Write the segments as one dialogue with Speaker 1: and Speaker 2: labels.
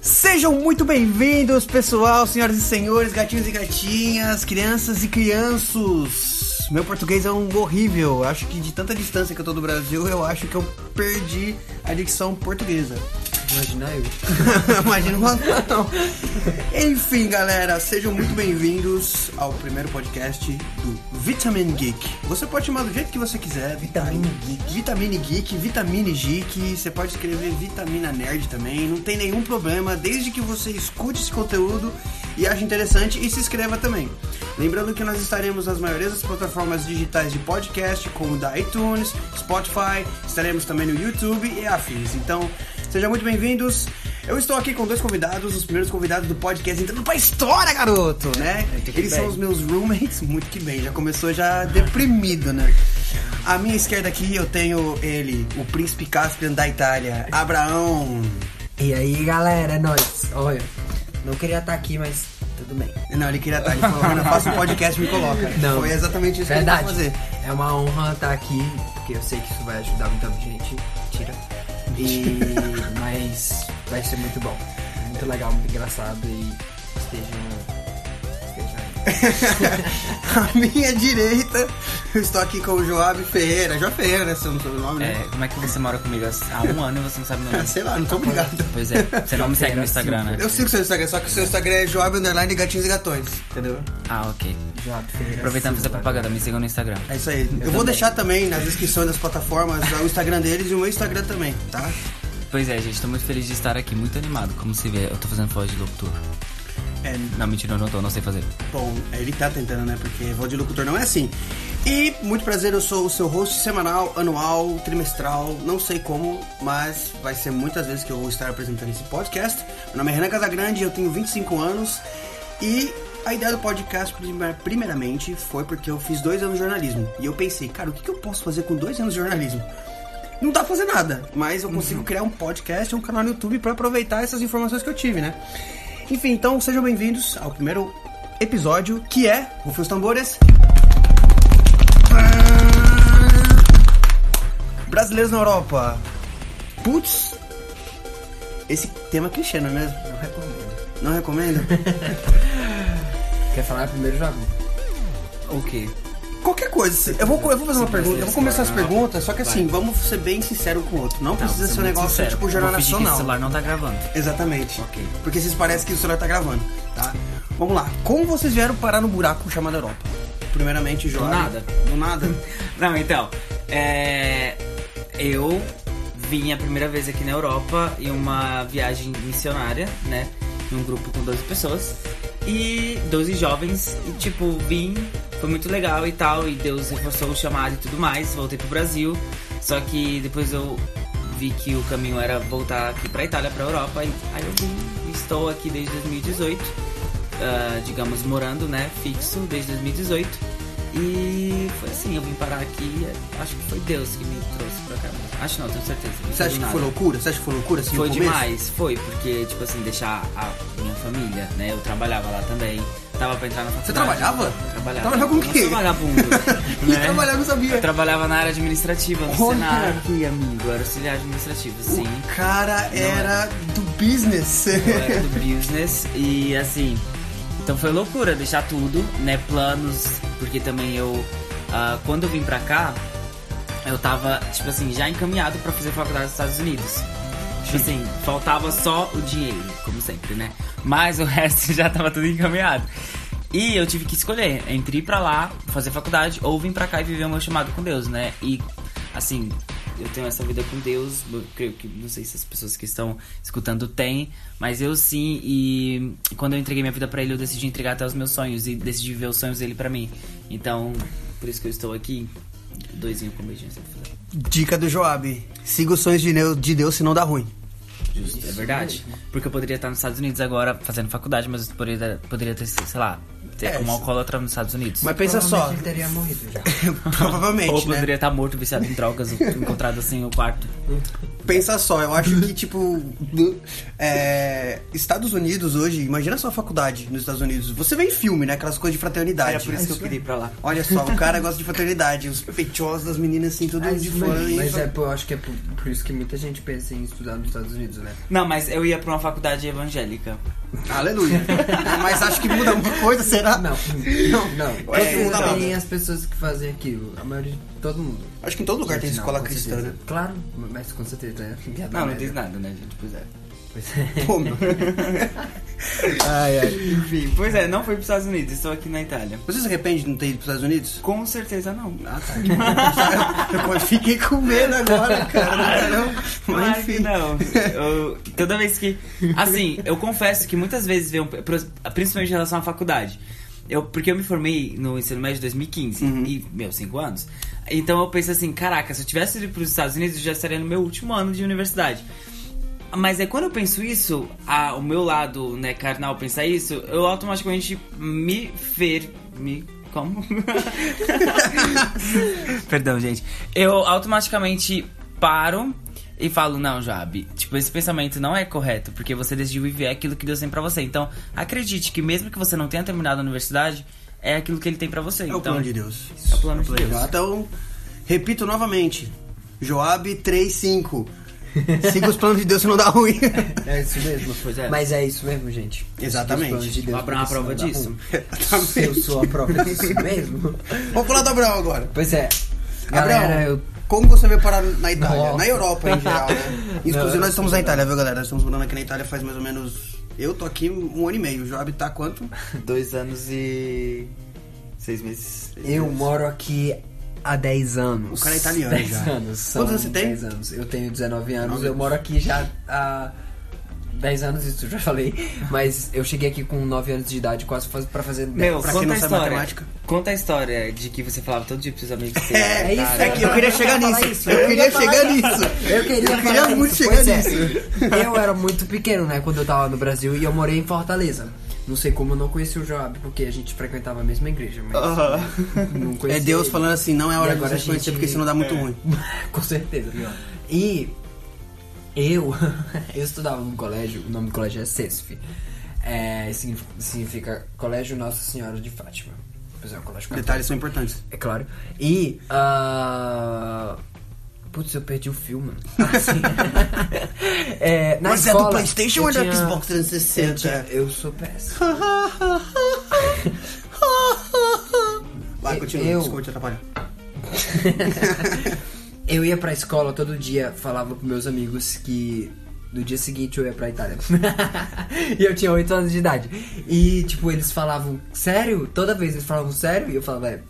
Speaker 1: Sejam muito bem-vindos, pessoal, senhoras e senhores, gatinhos e gatinhas, crianças e crianços. Meu português é um horrível. Acho que de tanta distância que eu tô do Brasil, eu acho que eu perdi a dicção portuguesa.
Speaker 2: Imagina é eu.
Speaker 1: Imagina uma não. Enfim, galera, sejam muito bem-vindos ao primeiro podcast do Vitamin Geek. Você pode chamar do jeito que você quiser, Vitamine Geek, Vitamine Geek, Vitamine Geek, você pode escrever Vitamina Nerd também, não tem nenhum problema, desde que você escute esse conteúdo e ache interessante e se inscreva também. Lembrando que nós estaremos nas maiorias das plataformas digitais de podcast, como da iTunes, Spotify, estaremos também no YouTube e afins. Então, Sejam muito bem-vindos. Eu estou aqui com dois convidados, os primeiros convidados do podcast entrando pra história, garoto, né? Eles são
Speaker 2: bem.
Speaker 1: os meus roommates, muito que bem, já começou já deprimido, né? À minha esquerda aqui eu tenho ele, o príncipe Caspian da Itália, Abraão.
Speaker 2: E aí, galera, é nóis. Olha, não queria estar aqui, mas tudo bem.
Speaker 1: Não, ele queria estar, ele falou, mano, eu faço um podcast me coloca.
Speaker 2: Não.
Speaker 1: Foi exatamente isso
Speaker 2: Verdade.
Speaker 1: que ele tá quis fazer.
Speaker 2: É uma honra estar aqui, porque eu sei que isso vai ajudar muita gente. Tira. E... mas vai ser muito bom. Muito legal, muito engraçado e estejam... estejam... aí.
Speaker 1: À minha direita, eu estou aqui com o Joab Ferreira. Joab Ferreira, né? Seu sobrenome, né?
Speaker 3: É, como é que você mora comigo há um ano e você não sabe meu
Speaker 1: Ah,
Speaker 3: nome?
Speaker 1: Sei lá,
Speaker 2: Tá
Speaker 1: não tô obrigado.
Speaker 3: Pois é, você não me segue no Instagram, né?
Speaker 1: Eu sigo seu Instagram, só que o seu Instagram é Joab Underline Gatinhos e Gatões, entendeu?
Speaker 3: Ah, ok.
Speaker 2: Já, Ferreira
Speaker 3: Aproveitando pra fazer
Speaker 2: Silva.
Speaker 3: propaganda, me sigam no Instagram.
Speaker 1: É isso aí. Eu, vou deixar também nas descrições das plataformas o Instagram deles e o meu Instagram também, tá?
Speaker 3: Pois é, gente, tô muito feliz de estar aqui, muito animado. Como se vê, eu tô fazendo voz de locutor.
Speaker 1: É,
Speaker 3: Não, mentira, eu não tô, não sei fazer.
Speaker 1: bom, ele tá tentando, né? Porque voz de locutor não é assim. E, muito prazer, eu sou o seu host semanal, anual, trimestral, não sei como, mas vai ser muitas vezes que eu vou estar apresentando esse podcast. Meu nome é Renan Casagrande, eu tenho 25 anos e a ideia do podcast, prime- primeiramente, foi porque eu fiz dois anos de jornalismo. E eu pensei, cara, o que que eu posso fazer com dois anos de jornalismo? não dá pra fazer nada, mas eu consigo criar um podcast ou um canal no YouTube pra aproveitar essas informações que eu tive, né? Enfim, então sejam bem-vindos ao primeiro episódio que é Rufem os Tambores. Brasileiros na Europa. Putz, esse tema é clichê, não é mesmo?
Speaker 2: Não recomendo.
Speaker 1: Não recomendo?
Speaker 2: Quer falar primeiro, Jogo? O quê?
Speaker 1: Qualquer coisa. Eu vou, eu vou fazer uma pergunta. Eu vou começar as perguntas, só que assim, vamos ser bem sincero com o outro. Não precisa ser um negócio tipo Jornal
Speaker 3: O
Speaker 1: Nacional.
Speaker 3: celular não tá gravando.
Speaker 1: Exatamente.
Speaker 3: Ok.
Speaker 1: Porque vocês parecem que o celular tá gravando, tá? Vamos lá. Como vocês vieram parar no buraco chamado Europa? Primeiramente, Jorge.
Speaker 3: nada.
Speaker 1: Do nada.
Speaker 3: Não, então, é... Eu vim a primeira vez aqui na Europa em uma viagem missionária, né? Em um grupo com 12 pessoas. E 12 jovens. E, tipo, vim, foi muito legal e tal. E Deus reforçou o chamado e tudo mais. Voltei pro Brasil. Só que depois eu vi que o caminho era voltar aqui pra Itália, pra Europa. E aí eu vim. Estou aqui desde 2018. ah, digamos, morando, né? Fixo desde 2018. E foi assim, eu vim parar aqui, acho que foi Deus que me trouxe pra cá. Acho não, tenho certeza. não
Speaker 1: Você acha
Speaker 3: do
Speaker 1: que
Speaker 3: nada.
Speaker 1: foi loucura? Você acha que foi loucura? Assim, no
Speaker 3: Foi
Speaker 1: começo?
Speaker 3: demais, foi, porque, tipo assim, deixar a minha família, né? Eu trabalhava lá também. Tava pra entrar na faculdade.
Speaker 1: Você trabalhava?
Speaker 3: Trabalhava.
Speaker 1: Trabalhava com o
Speaker 3: Eu
Speaker 1: quê?
Speaker 3: sou vagabundo.
Speaker 1: E
Speaker 3: né?
Speaker 1: trabalhar, não sabia.
Speaker 3: Eu trabalhava na área administrativa, no
Speaker 1: Olha
Speaker 3: Senado. amigo. Eu era auxiliar administrativo, sim. é.
Speaker 1: O cara era do business.
Speaker 3: Eu era do business e assim. Então foi loucura deixar tudo, né? Planos, porque também eu. ah, quando eu vim pra cá, eu tava, tipo assim, já encaminhado pra fazer faculdade nos Estados Unidos. Tipo assim, faltava só o dinheiro, como sempre, né? Mas o resto já tava tudo encaminhado. E eu tive que escolher entre ir pra lá, fazer faculdade, ou vir pra cá e viver o meu chamado com Deus, né? E, assim, eu tenho essa vida com Deus, eu creio que, não sei se as pessoas que estão escutando têm, mas eu sim, e quando eu entreguei minha vida pra Ele, eu decidi entregar até os meus sonhos, e decidi viver os sonhos dele pra mim. Então, por isso que eu estou aqui, doisinho com beijinho sempre.
Speaker 1: Dica do Joab. Siga os sonhos de Neu- de Deus, senão dá ruim.
Speaker 3: Justo, é verdade. Porque eu poderia estar nos Estados Unidos agora fazendo faculdade, mas eu poderia, poderia ter, sei lá, ter
Speaker 1: É,
Speaker 3: como
Speaker 1: isso.
Speaker 3: alcoólatra nos Estados Unidos.
Speaker 1: Mas pensa só,
Speaker 3: né?
Speaker 2: Provavelmente Ele teria morrido já.
Speaker 3: Ou
Speaker 1: provavelmente, né?
Speaker 3: poderia estar morto, viciado em drogas, ou encontrado assim no quarto.
Speaker 1: Pensa só, eu acho que, tipo, é, Estados Unidos hoje, imagina a sua faculdade nos Estados Unidos. Você vê em filme, né? Aquelas coisas de fraternidade. né?
Speaker 3: Era É, por isso que eu queria ir pra lá.
Speaker 1: Olha só, o cara gosta de fraternidade, os peitosos das meninas assim, todo mundo de fora. e-
Speaker 2: Mas é, pô, eu acho que é por, por isso que muita gente pensa em estudar nos Estados Unidos, né?
Speaker 3: Não, mas eu ia pra uma faculdade evangélica.
Speaker 1: Aleluia. Mas acho que muda alguma coisa, será?
Speaker 2: Não,
Speaker 1: Ah, Não.
Speaker 2: não, não.
Speaker 1: Eu acho que
Speaker 2: Vocês
Speaker 1: não dá
Speaker 2: veem
Speaker 1: nada.
Speaker 2: as pessoas que fazem aquilo, a maioria, de- todo mundo.
Speaker 1: Acho que em todo lugar tem
Speaker 2: Gente, não,
Speaker 1: escola
Speaker 2: com
Speaker 1: cristã,
Speaker 2: certeza.
Speaker 1: né?
Speaker 2: Claro, mas com certeza, né? Piada
Speaker 3: Não, não
Speaker 2: merda.
Speaker 3: diz nada, né, gente? Pois é.
Speaker 2: Pois é.
Speaker 1: né? Pô, meu. ai, ai.
Speaker 3: Enfim, pois é, não fui pros Estados Unidos, estou aqui na Itália.
Speaker 1: Você se arrepende de não ter ido para os Estados Unidos?
Speaker 3: Com certeza não.
Speaker 1: Ah, tá. eu, eu fiquei com medo agora, cara. Não, dá, não.
Speaker 3: Claro
Speaker 1: Mas enfim.
Speaker 3: que não. Eu- toda vez que. Assim, eu confesso que muitas vezes veio. Principalmente em relação à faculdade. Eu, porque eu me formei no ensino médio em 2015
Speaker 1: Uhum.
Speaker 3: e, meu, 5 anos. Então eu pensei assim: caraca, se eu tivesse ido para os Estados Unidos, eu já estaria no meu último ano de universidade. Mas é quando eu penso isso, a- o meu lado, né, carnal, pensar isso, eu automaticamente me fer. me. como? Perdão, gente. Eu automaticamente paro e falo, não, Joab, tipo, esse pensamento não é correto, porque você decidiu viver aquilo que Deus tem pra você. Então, acredite que mesmo que você não tenha terminado a universidade, é aquilo que ele tem pra você.
Speaker 1: É
Speaker 3: então,
Speaker 1: o plano de Deus.
Speaker 3: É o plano de Deus.
Speaker 1: Então, repito novamente. Joab 35. Siga os planos de Deus se não dá ruim.
Speaker 2: É isso mesmo,
Speaker 3: Pois é.
Speaker 2: Mas é isso mesmo, gente.
Speaker 1: Exatamente.
Speaker 2: Os planos de Deus,
Speaker 3: Abraão é a
Speaker 2: porque
Speaker 3: prova
Speaker 2: senão dá
Speaker 3: disso.
Speaker 2: ruim.
Speaker 1: Exatamente.
Speaker 2: Eu sou a prova disso mesmo.
Speaker 1: Vamos falar do Abraão agora.
Speaker 2: Pois é.
Speaker 1: Abraão,
Speaker 2: Galera, eu...
Speaker 1: como você veio parar na Itália?
Speaker 2: Nossa.
Speaker 1: Na Europa em geral, né? Inclusive,
Speaker 2: Não,
Speaker 1: nós estamos na Itália, viu, galera? Nós estamos morando aqui na Itália faz mais ou menos. Eu tô aqui um ano e meio. O Joab tá quanto?
Speaker 3: dois anos e. seis meses.
Speaker 2: eu moro aqui há 10 anos.
Speaker 1: O cara é italiano
Speaker 2: 10
Speaker 1: já.
Speaker 2: anos.
Speaker 1: Quantos
Speaker 2: São
Speaker 1: anos você tem?
Speaker 2: 10 anos. Eu tenho 19 anos.
Speaker 1: Nove
Speaker 2: Eu moro aqui já há 10 anos, isso eu já falei. Mas eu cheguei aqui com 9 anos de idade, quase faz- pra fazer...
Speaker 3: Meu,
Speaker 1: Pra quem
Speaker 3: conta
Speaker 1: não
Speaker 3: a
Speaker 1: sabe
Speaker 3: história.
Speaker 1: matemática.
Speaker 3: Conta a história de que você falava todo dia pros seus amigos. que você era
Speaker 1: É,
Speaker 2: isso,
Speaker 3: otário.
Speaker 1: é que eu queria chegar
Speaker 2: falar
Speaker 1: nisso.
Speaker 2: isso,
Speaker 1: Eu
Speaker 2: eu
Speaker 1: queria
Speaker 2: ia falar
Speaker 1: chegar
Speaker 2: isso.
Speaker 1: nisso.
Speaker 2: Eu queria,
Speaker 1: Eu queria
Speaker 2: falar
Speaker 1: muito
Speaker 2: isso,
Speaker 1: chegar
Speaker 2: pois é.
Speaker 1: nisso.
Speaker 2: Eu era muito pequeno, né, quando eu tava no Brasil e eu morei em Fortaleza. Não sei como eu não conheci o Joab, porque a gente frequentava a mesma igreja, mas não
Speaker 1: É
Speaker 2: conhecia
Speaker 1: Deus
Speaker 2: ele.
Speaker 1: falando assim, não é
Speaker 2: E
Speaker 1: hora de
Speaker 2: agora
Speaker 1: vocês
Speaker 2: a
Speaker 1: conhecer,
Speaker 2: gente- é.
Speaker 1: porque senão dá muito ruim.
Speaker 2: Com certeza. E eu, eu estudava num colégio, o nome do colégio é CESF. É, signif- significa Colégio Nossa Senhora de Fátima. Pois é, um colégio católico.
Speaker 1: Detalhes são importantes.
Speaker 2: É claro. E. ah, Putz, eu perdi o filme. Assim, é, na
Speaker 1: Mas é do
Speaker 2: escola,
Speaker 1: PlayStation ou é
Speaker 2: eu
Speaker 1: do
Speaker 2: tinha-
Speaker 1: Xbox 360?
Speaker 2: Eu, tinha- eu sou péssimo.
Speaker 1: Vai,
Speaker 2: Eu-
Speaker 1: continua.
Speaker 2: eu-
Speaker 1: Desculpa te atrapalhar.
Speaker 2: Eu ia pra escola todo dia, falava pros meus amigos que no dia seguinte eu ia pra Itália. e eu tinha 8 anos de idade. E, tipo, eles falavam, sério? Toda vez eles falavam sério? E eu falava, é.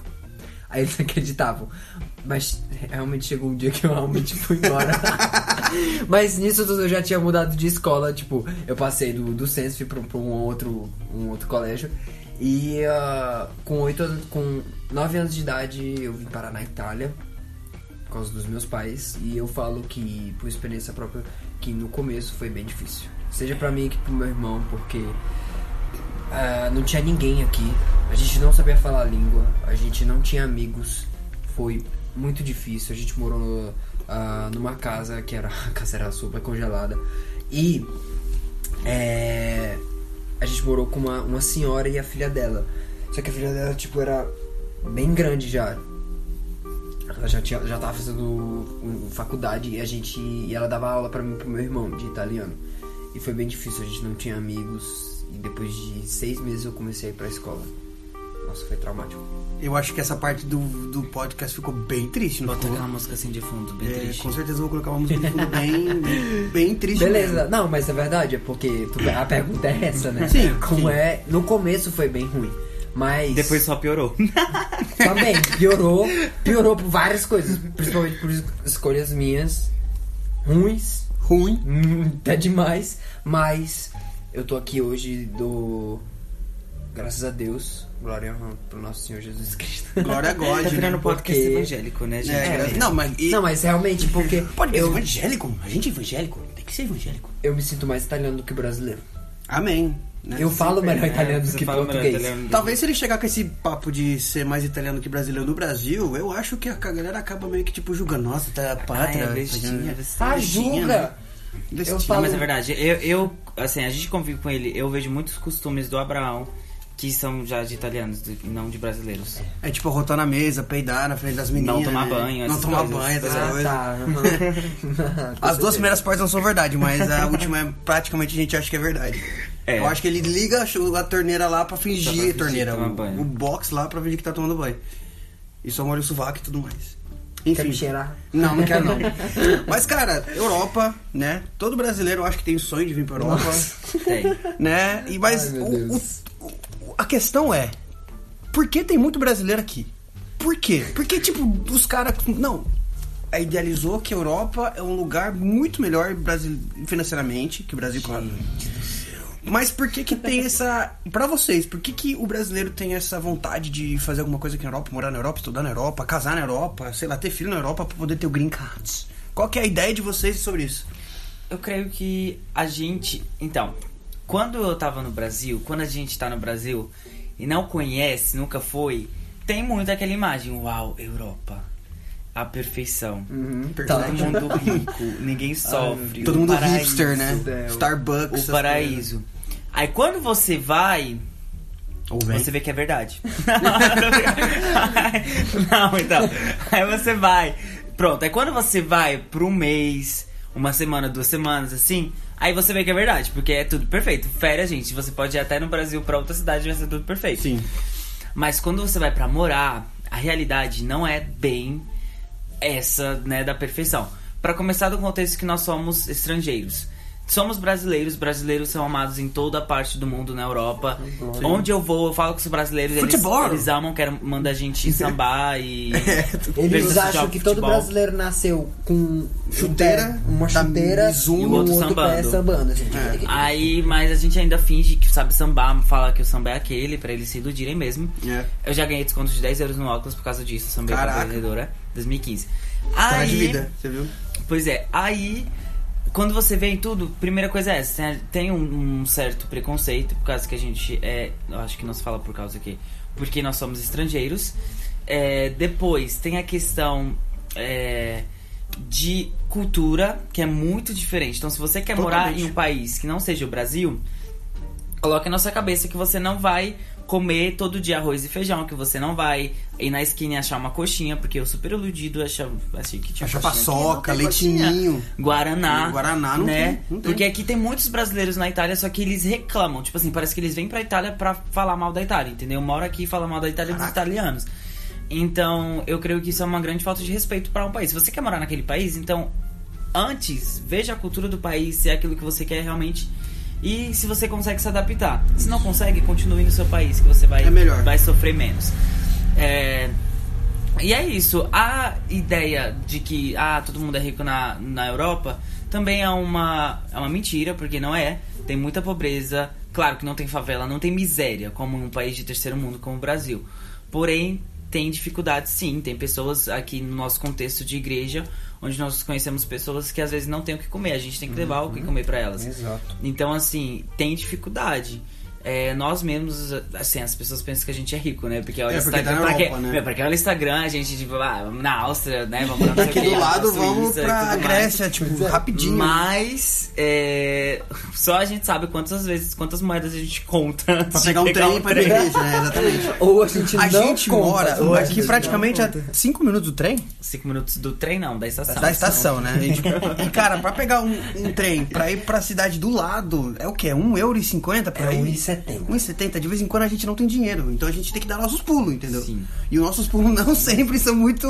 Speaker 2: Aí eles acreditavam. Mas realmente chegou um dia que eu realmente fui embora. Mas nisso tudo eu já tinha mudado de escola, tipo, eu passei do, do Sensf pra, um- pra um, outro, um outro colégio. E ah, com oito anos, com 9 anos de idade eu vim parar na Itália por causa dos meus pais e eu falo que por experiência própria que no começo foi bem difícil seja pra mim que pro meu irmão porque ah, não tinha ninguém aqui a gente não sabia falar a língua a gente não tinha amigos foi muito difícil a gente morou ah, numa casa que era a casa era super congelada e é, a gente morou com uma, uma senhora e a filha dela só que a filha dela tipo era bem grande já ela já, tinha, já tava fazendo um, faculdade e a gente. E ela dava aula pra mim e pro meu irmão de italiano. E foi bem difícil, a gente não tinha amigos. E depois de seis meses eu comecei a ir pra escola. Nossa, foi traumático.
Speaker 1: Eu acho que essa parte do, do podcast ficou bem triste, não
Speaker 3: Bota
Speaker 1: ficou?
Speaker 3: aquela música assim de fundo, bem
Speaker 1: É,
Speaker 3: triste.
Speaker 1: com certeza eu vou colocar uma música de fundo bem, bem triste.
Speaker 2: Beleza,
Speaker 1: mesmo.
Speaker 2: não, mas é verdade, é porque tu- a pergunta é essa, né?
Speaker 1: Sim,
Speaker 2: Como
Speaker 1: sim.
Speaker 2: é. No começo foi bem ruim. Mas.
Speaker 3: Depois só piorou.
Speaker 2: Também, piorou. Piorou por várias coisas. Principalmente por es- escolhas minhas ruins.
Speaker 1: Ruim.
Speaker 2: Hum, Até demais, mas eu tô aqui hoje do. Graças a Deus, glória pro nosso Senhor Jesus Cristo.
Speaker 1: Glória a God.
Speaker 3: Tá virando
Speaker 1: né?
Speaker 3: podcast
Speaker 2: Porque-
Speaker 3: evangélico, né, gente?
Speaker 1: É,
Speaker 2: É.
Speaker 1: Não, mas. E,
Speaker 2: Não, mas realmente, porque
Speaker 1: Podcast
Speaker 2: eu,
Speaker 1: evangélico? A gente é evangélico? Tem que ser evangélico.
Speaker 2: eu me sinto mais italiano do que brasileiro.
Speaker 1: Amém. né?
Speaker 2: Eu falo melhor italiano do
Speaker 4: Você
Speaker 2: que
Speaker 4: fala melhor
Speaker 2: português.
Speaker 3: né?
Speaker 4: italiano do-
Speaker 1: é Talvez se ele chegar com esse papo de ser mais italiano que brasileiro no Brasil, eu acho que a galera acaba meio que tipo julgando, nossa, tá a pátria.
Speaker 3: Ah, é, vestinha, vestinha.
Speaker 2: Ah,
Speaker 1: Vestinha,
Speaker 2: julga!
Speaker 1: né?
Speaker 2: Eu
Speaker 1: Vestinha.
Speaker 3: Não,
Speaker 2: falo-
Speaker 3: mas é verdade. Eu, eu, assim, a gente convive com ele, eu vejo muitos costumes do Abraão que são já de italianos, de- não de brasileiros.
Speaker 1: É tipo rotar na mesa, peidar na frente das meninas.
Speaker 3: tomar
Speaker 1: né?
Speaker 3: banho,
Speaker 1: Não
Speaker 3: essas
Speaker 1: tomar
Speaker 3: coisas.
Speaker 1: banho, essas
Speaker 2: Ah,
Speaker 1: coisas.
Speaker 2: tá.
Speaker 1: As duas primeiras partes não são verdade, mas a última é praticamente a gente acha que é verdade.
Speaker 3: É.
Speaker 1: Eu acho que ele liga a chu- a torneira lá pra fingir,
Speaker 3: Só pra fingir
Speaker 1: torneira,
Speaker 3: tomar
Speaker 1: o,
Speaker 3: banho.
Speaker 1: o box lá pra fingir que tá tomando banho. E só molha o sovaco e tudo mais.
Speaker 2: Quer
Speaker 1: Enfim.
Speaker 2: me cheirar?
Speaker 1: Não, não quero não. Mas, cara, Europa, né? Todo brasileiro eu acho que tem o sonho de vir pra Europa,
Speaker 3: Tem.
Speaker 1: né? E, mas
Speaker 2: Ai, meu
Speaker 1: o-
Speaker 2: Deus.
Speaker 1: o- o- a questão é, por que tem muito brasileiro aqui? Por quê? Porque, tipo, os caras... Não, a idealizou que a Europa é um lugar muito melhor brasi- financeiramente que o Brasil, claro. Mas por que que tem essa... Pra vocês, por que que o brasileiro tem essa vontade de fazer alguma coisa aqui na Europa? Morar na Europa, estudar na Europa, casar na Europa, sei lá, ter filho na Europa pra poder ter o green card? Qual que é a ideia de vocês sobre isso?
Speaker 3: Eu creio que a gente. Então, quando eu tava no Brasil, quando a gente tá no Brasil e não conhece, nunca foi, tem muito aquela imagem: Uau, Europa. A perfeição. Todo
Speaker 1: Uhum, Perfeito. Ah,
Speaker 3: mundo rico, ninguém sofre.
Speaker 1: Todo
Speaker 3: o
Speaker 1: mundo
Speaker 3: paraíso,
Speaker 1: hipster, né?
Speaker 2: é, o-
Speaker 1: Starbucks. essas
Speaker 3: O paraíso. Aí quando você vai,
Speaker 1: coisas. Ou vem.
Speaker 3: você vê que é verdade. não, então. Aí você vai. Pronto, aí quando você vai por um mês, uma semana, duas semanas, assim, aí você vê que é verdade, porque é tudo perfeito. Férias, gente, você pode ir até no Brasil pra outra cidade e vai ser tudo perfeito.
Speaker 1: Sim.
Speaker 3: Mas quando você vai pra morar, a realidade não é bem essa, né, da perfeição. Pra começar do contexto que nós somos estrangeiros. Somos brasileiros, brasileiros são amados em toda parte do mundo, na Europa. Onde eu vou, eu falo com os brasileiros, eles,
Speaker 1: Futebol!
Speaker 3: eles amam, querem, mandam a gente sambar e.
Speaker 2: É, Eles
Speaker 3: Precisa
Speaker 2: acham
Speaker 3: jogar
Speaker 2: que todo
Speaker 3: futebol.
Speaker 2: brasileiro nasceu com
Speaker 1: Chuteira,
Speaker 2: um pé- uma
Speaker 1: tá
Speaker 2: chuteira
Speaker 1: Mizuno,
Speaker 2: e um outro, pé
Speaker 3: sambando.
Speaker 2: sambando. Assim,
Speaker 3: Aí, mas a gente ainda finge que sabe sambar, fala que o samba é aquele, pra eles se iludirem mesmo.
Speaker 1: É.
Speaker 3: Eu já ganhei desconto de 10 euros no óculos por causa disso, um sambei
Speaker 1: Caraca. Tá
Speaker 3: com a vendedora, 2015.
Speaker 1: Cara
Speaker 3: Aí,
Speaker 1: de vida, você viu?
Speaker 3: Pois é, aí quando você vê em tudo, primeira coisa é essa, tem- tem um, um certo preconceito, por causa que a gente é. Eu acho que nós fala por causa que. Porque nós somos estrangeiros. É, depois tem a questão é, de cultura, que é muito diferente. Então, se você quer morar
Speaker 1: Totalmente.
Speaker 3: em um país que não seja o Brasil, coloque na sua cabeça que você não vai comer todo dia arroz e feijão, que você não vai ir na esquina e achar uma coxinha, porque eu super iludido achei, achei que tinha
Speaker 1: Acha
Speaker 3: coxinha aqui.
Speaker 1: paçoca,
Speaker 3: Não tem coxinha.
Speaker 1: leitinho.
Speaker 3: Guaraná.
Speaker 1: Guaraná não
Speaker 3: né?
Speaker 1: tem, não tem.
Speaker 3: Porque aqui tem muitos brasileiros na Itália, só que eles reclamam. Tipo assim, parece que eles vêm pra Itália pra falar mal da Itália, entendeu? Mora aqui e fala mal da Itália dos italianos. Então, eu creio que isso é uma grande falta de respeito pra um país. Se você quer morar naquele país, então, antes, veja a cultura do país, se é aquilo que você quer realmente. E se você consegue se adaptar. Se não consegue, continue no seu país, que você vai,
Speaker 1: É melhor.
Speaker 3: vai sofrer menos. É, e é isso. A ideia de que ah, todo mundo é rico na, na Europa também é uma, é uma mentira, porque não é. Tem muita pobreza. Claro que não tem favela, não tem miséria, como em um país de terceiro mundo como o Brasil. Porém, tem dificuldades sim. Tem pessoas aqui no nosso contexto de igreja, onde nós conhecemos pessoas que às vezes não têm o que comer. A gente tem que levar o que comer para elas.
Speaker 2: Exato.
Speaker 3: Então, assim, tem dificuldade. É, nós mesmos, assim, as pessoas pensam que a gente é rico, né? Porque olha
Speaker 1: É,
Speaker 3: o
Speaker 1: porque
Speaker 3: Instagram.
Speaker 1: tá na
Speaker 3: pra
Speaker 1: Europa,
Speaker 3: quê?
Speaker 1: né?
Speaker 3: Meu, pra que olha o Instagram, a gente, tipo, ah, vamos na Áustria, né? Vamos pra não sei
Speaker 1: Aqui
Speaker 3: o quê,
Speaker 1: do
Speaker 3: ah,
Speaker 1: lado
Speaker 3: Suíça
Speaker 1: vamos
Speaker 3: e tudo
Speaker 1: pra
Speaker 3: mais.
Speaker 1: Grécia, tipo,
Speaker 2: Pois é.
Speaker 1: rapidinho.
Speaker 3: Mas é, só a gente sabe quantas vezes, quantas moedas a gente conta.
Speaker 1: Pra pegar um trem pra ir pra igreja, né? Exatamente.
Speaker 2: Ou a gente
Speaker 1: A
Speaker 2: não
Speaker 1: gente
Speaker 2: conta, ou
Speaker 1: mora
Speaker 2: a gente
Speaker 1: aqui
Speaker 2: não
Speaker 1: praticamente a
Speaker 2: conta. Tá,
Speaker 1: 5 minutos do trem?
Speaker 3: Cinco minutos do trem, não, da estação.
Speaker 1: Da estação, né? gente? E, cara, pra pegar um, um trem pra ir pra cidade do lado, é o quê? 1,50€ pra
Speaker 2: É
Speaker 1: ir?
Speaker 2: 1,70.
Speaker 1: 1,70. De vez em quando a gente não tem dinheiro, então a gente tem que dar nossos pulos, entendeu?
Speaker 3: Sim.
Speaker 1: E os nossos pulos não sempre são muito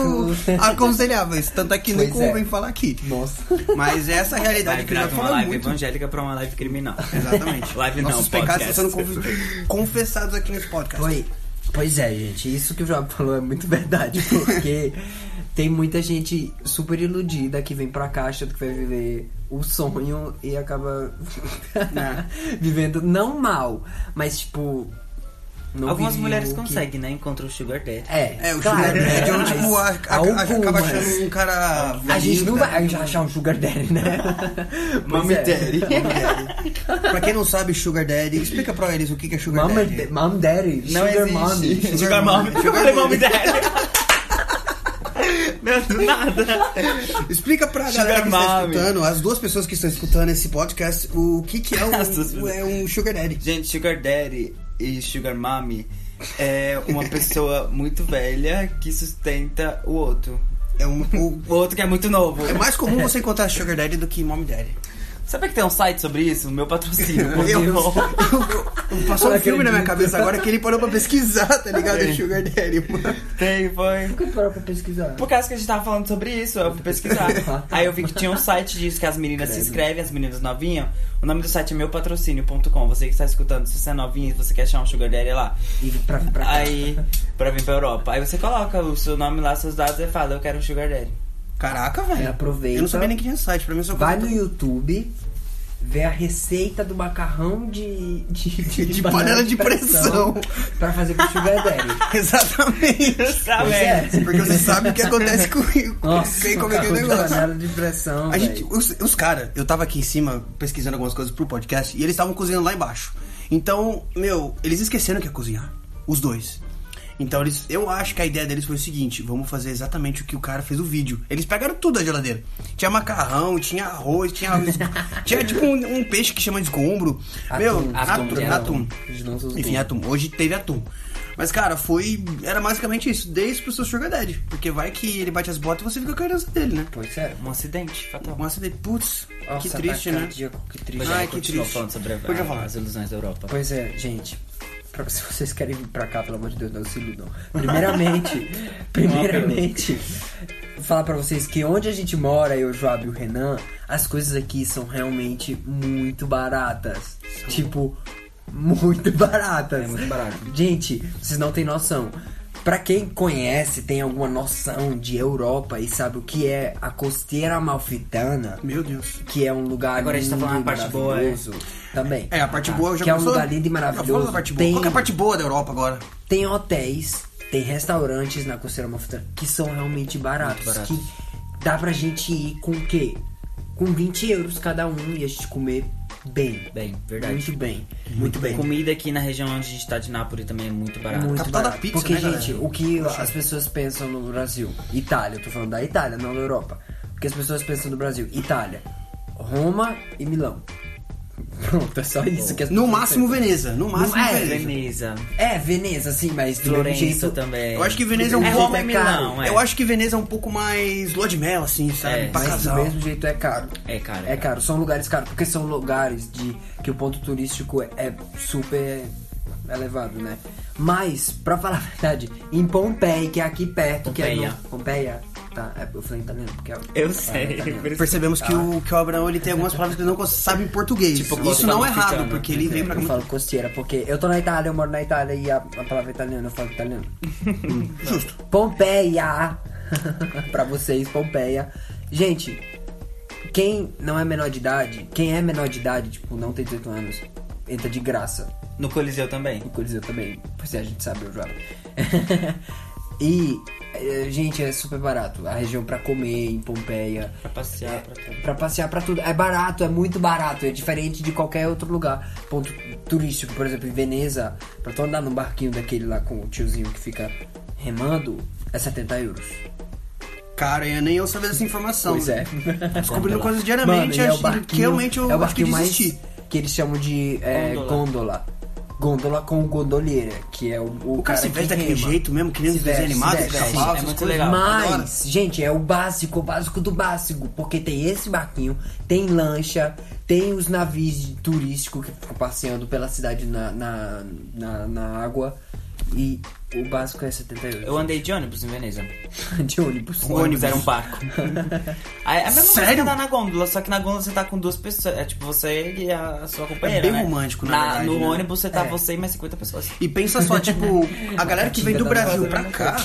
Speaker 1: aconselháveis, tanto é que nem
Speaker 2: Pois é.
Speaker 1: convém falar aqui.
Speaker 2: Nossa.
Speaker 1: Mas essa é a realidade
Speaker 3: Vai
Speaker 1: que eu já
Speaker 3: virar de uma
Speaker 1: falo
Speaker 3: live
Speaker 1: muito.
Speaker 3: evangélica pra uma live criminal.
Speaker 1: Exatamente.
Speaker 3: live não,
Speaker 1: Nossos pecados
Speaker 3: podcast.
Speaker 1: estão sendo conf- confessados aqui nesse podcast.
Speaker 2: Pois, pois é, gente, isso que o Job falou é muito verdade, porque tem muita gente super iludida que vem pra cá achando que vai viver o sonho e
Speaker 3: É.
Speaker 2: acaba vivendo não mal, mas tipo no
Speaker 3: Algumas
Speaker 2: Wii U,
Speaker 3: mulheres
Speaker 2: que-
Speaker 3: conseguem, né? Encontram o Sugar Daddy.
Speaker 2: É,
Speaker 1: É, o
Speaker 2: claro,
Speaker 1: Sugar Daddy é um
Speaker 2: mas
Speaker 1: tipo, a, a, a,
Speaker 2: algumas.
Speaker 1: acaba achando um cara.
Speaker 2: A gente
Speaker 1: velhinho,
Speaker 2: não
Speaker 1: né?
Speaker 2: vai achar um Sugar Daddy, né? Pois
Speaker 1: Mommy
Speaker 2: é.
Speaker 1: Daddy. pra quem não sabe, Sugar Daddy, explica pra eles o que que é Sugar
Speaker 2: Mama,
Speaker 1: Daddy.
Speaker 2: mom Daddy,
Speaker 3: Não
Speaker 2: Sugar
Speaker 3: existe.
Speaker 2: Mommy.
Speaker 1: Sugar Mommy.
Speaker 3: Sugar Mommy Daddy. Não, do nada.
Speaker 1: Explica pra
Speaker 3: Sugar
Speaker 1: galera que está
Speaker 3: Mommy.
Speaker 1: escutando, as duas pessoas que estão escutando esse podcast, o que que é
Speaker 3: As duas
Speaker 1: um,
Speaker 3: pessoas.
Speaker 1: é um Sugar Daddy.
Speaker 3: Gente, Sugar Daddy e Sugar Mommy é uma pessoa muito velha que sustenta o outro.
Speaker 1: É um, o-
Speaker 3: O outro que é muito novo.
Speaker 1: é mais comum você encontrar Sugar Daddy do que Mommy Daddy.
Speaker 3: Sabe que tem um site sobre isso? Meu patrocínio.
Speaker 1: Eu-
Speaker 3: Continuou.
Speaker 1: Passou
Speaker 2: Não
Speaker 1: um filme na minha
Speaker 2: acredito.
Speaker 1: cabeça agora que ele parou pra pesquisar, tá ligado?
Speaker 3: É.
Speaker 1: Sugar Daddy, mano.
Speaker 3: Tem, foi.
Speaker 2: Nunca parou pra pesquisar.
Speaker 3: Por causa que a gente tava falando sobre isso, eu fui pesquisar. Aí eu vi que tinha um site disso que as meninas se inscrevem, as meninas novinhas. O nome do site é meupatrocínio.com. Você que está escutando, se você é novinha e você quer achar um sugar daddy, é lá.
Speaker 2: E pra, pra cá.
Speaker 3: Aí, pra vir pra Europa. Aí você coloca o seu nome lá, seus dados e fala, eu quero um sugar daddy.
Speaker 1: Caraca,
Speaker 2: Aí
Speaker 1: velho.
Speaker 2: É, aproveita.
Speaker 1: Eu não sabia nem que tinha site, pra mim eu só
Speaker 2: Vai no YouTube, vê a receita do macarrão de... De,
Speaker 1: De panela de pressão.
Speaker 2: Pra fazer com Sugar Daddy.
Speaker 1: Exatamente.
Speaker 3: Tá
Speaker 2: Pois é.
Speaker 3: vendo?
Speaker 1: Porque você sabe o que acontece com
Speaker 2: Nossa,
Speaker 1: sei como é que é o
Speaker 2: macarrão de
Speaker 1: negócio.
Speaker 2: panela de pressão,
Speaker 1: A gente,
Speaker 2: velho.
Speaker 1: os, os caras, eu tava aqui em cima pesquisando algumas coisas pro podcast e eles estavam cozinhando lá embaixo. Então, meu, eles esqueceram que ia cozinhar. Os dois. Então eles. Eu acho que a ideia deles foi o seguinte: vamos fazer exatamente o que o cara fez o vídeo. Eles pegaram tudo da geladeira. Tinha macarrão, tinha arroz, tinha. tinha tipo um, um peixe que chama de escombro. meu,
Speaker 2: Atum,
Speaker 1: atum,
Speaker 2: atum.
Speaker 1: atum.
Speaker 2: Eles não usam
Speaker 1: Enfim, atum. Hoje teve atum. Mas, cara, foi. Era basicamente isso. Dê isso pro seu Sugar Daddy. Porque vai que ele bate as botas e você fica com a herança dele, né?
Speaker 2: Pois é.
Speaker 3: Um acidente fatal.
Speaker 1: Nossa, de putz,
Speaker 2: Nossa,
Speaker 1: que triste,
Speaker 2: ataque
Speaker 1: né?
Speaker 2: cardíaco, Que triste.
Speaker 3: Pois é,
Speaker 1: Ai, que
Speaker 3: continua
Speaker 1: triste.
Speaker 3: falando sobre a-
Speaker 1: Podia falar.
Speaker 3: as ilusões da Europa.
Speaker 2: Pois é, gente. pra- se vocês querem vir pra cá, pelo amor de Deus, um não se iludam. Primeiramente, primeiramente, falar pra vocês que onde a gente mora, eu, Joab e o Renan, as coisas aqui são realmente muito baratas. Tipo, muito baratas.
Speaker 3: É muito barato.
Speaker 2: Gente, vocês não têm noção. Pra quem conhece, tem alguma noção de Europa e sabe o que é a costeira amalfitana,
Speaker 1: Meu Deus.
Speaker 2: que é um lugar
Speaker 3: Agora a gente tá
Speaker 2: lindo
Speaker 3: falando
Speaker 2: e
Speaker 3: a parte boa, é.
Speaker 2: maravilhoso também.
Speaker 1: É, a parte boa eu já
Speaker 2: Que é um
Speaker 1: começou-
Speaker 2: lugar lindo e
Speaker 1: Já falou
Speaker 2: maravilhoso.
Speaker 1: da parte boa.
Speaker 2: Tem,
Speaker 1: Qual que é a parte boa da Europa agora?
Speaker 2: tem hotéis, tem restaurantes na Costeira Malfitana que são realmente baratos.
Speaker 3: Muito baratos.
Speaker 2: Que dá pra gente ir com o quê? Com 20 euros cada um e a gente comer bem.
Speaker 3: Bem, verdade.
Speaker 2: Muito bem. Muito bem.
Speaker 3: Comida aqui na região onde a gente tá de Nápoles também é muito barata.
Speaker 2: Muito
Speaker 1: Capital da
Speaker 2: barato.
Speaker 1: pizza,
Speaker 2: Porque,
Speaker 1: né,
Speaker 2: gente,
Speaker 1: galera?
Speaker 2: o que as pessoas pensam no Brasil? Itália, eu tô falando da Itália, não da Europa. O que as pessoas pensam no Brasil? Itália, Roma e Milão. Pronto, é só isso que as
Speaker 1: No
Speaker 2: pessoas
Speaker 1: máximo
Speaker 2: pensam.
Speaker 1: Veneza. No máximo
Speaker 2: é,
Speaker 1: Veneza.
Speaker 3: Veneza.
Speaker 2: É, Veneza, sim, mas do mesmo
Speaker 3: Florença
Speaker 2: jeito-
Speaker 3: também.
Speaker 1: Eu acho que Veneza é um
Speaker 3: É
Speaker 1: pouco.
Speaker 3: Roma e Milão, é.
Speaker 1: Eu acho que Veneza é um pouco mais lua de mel, assim, sabe?
Speaker 3: É,
Speaker 1: pra
Speaker 2: Mas do
Speaker 1: casal.
Speaker 2: mesmo jeito é caro.
Speaker 3: É caro, é
Speaker 2: É caro. São lugares caros, porque são lugares de que o ponto turístico é, é super elevado, né? Mas, pra falar a verdade, em Pompeia, que é aqui perto, que é
Speaker 3: Pompeia.
Speaker 2: no, Pompeia, tá? É, eu falei em italiano, porque é,
Speaker 3: Eu
Speaker 2: é
Speaker 1: Ah,
Speaker 3: sei.
Speaker 2: italiano.
Speaker 3: por isso-
Speaker 1: Percebemos
Speaker 2: Ah.
Speaker 1: que o, que o Abraão ele tem algumas palavras que ele não cons- sabe em português.
Speaker 3: Tipo,
Speaker 1: Isso não é
Speaker 3: falando
Speaker 1: errado,
Speaker 3: italiano.
Speaker 1: porque ele veio pra
Speaker 2: Eu falo costeira, porque eu tô na Itália, eu moro na Itália e a, a palavra é italiana eu falo italiano.
Speaker 1: Justo.
Speaker 2: Pompeia! pra vocês, Pompeia. Gente, quem não é menor de idade, quem é menor de idade, tipo, não tem 18 anos, entra de graça.
Speaker 3: No Coliseu também.
Speaker 2: O Coliseu também, pois é, a gente sabe, eu jogo. e, eh, gente, é super barato. A região pra comer em Pompeia.
Speaker 3: Pra passear, pra tudo.
Speaker 2: Pra passear pra tudo. É barato, é muito barato. É diferente de qualquer outro lugar. Ponto turístico, por exemplo, em Veneza, pra tu andar num barquinho daquele lá com o tiozinho que fica remando, é 70 euros.
Speaker 1: Cara, eu nem eu sabia dessa informação.
Speaker 2: Pois é.
Speaker 1: Descobrindo coisas
Speaker 2: Mano,
Speaker 1: diariamente,
Speaker 2: e é o
Speaker 1: acho que
Speaker 2: barquinho,
Speaker 1: realmente eu
Speaker 2: é o
Speaker 1: acho que
Speaker 2: barquinho
Speaker 1: desisti.
Speaker 2: mais que eles chamam de é,
Speaker 3: Gôndola.
Speaker 2: gôndola. Gôndola com o gondoleira, que é o, o,
Speaker 1: O cara se veste
Speaker 2: que
Speaker 1: daquele
Speaker 2: rema.
Speaker 1: jeito mesmo, que nem
Speaker 2: Se
Speaker 1: nos desenhos
Speaker 2: veste,
Speaker 1: animados,
Speaker 2: se veste,
Speaker 1: cara,
Speaker 2: sim.
Speaker 1: fala
Speaker 3: É
Speaker 1: essas
Speaker 3: muito
Speaker 1: coisas.
Speaker 3: legal.
Speaker 1: Adoro.
Speaker 2: Mas, gente, é o básico, o básico do básico. Porque tem esse barquinho, tem lancha, tem os navios turísticos que ficam passeando pela cidade na, na, na, na água. E o básico é 78.
Speaker 3: Eu andei de ônibus em Veneza.
Speaker 2: de ônibus.
Speaker 3: O ônibus era um barco. Aí, É a mesma coisa que
Speaker 1: Sério?
Speaker 3: andar na gôndola, só que na gôndola você tá com duas pessoas. É tipo você e a sua companheira.
Speaker 1: É bem
Speaker 3: né?
Speaker 1: romântico, na verdade,
Speaker 3: No
Speaker 1: né?
Speaker 3: ônibus você tá
Speaker 2: É.
Speaker 3: você e mais 50 pessoas.
Speaker 1: E pensa só, tipo, a galera que vem do Brasil pra cá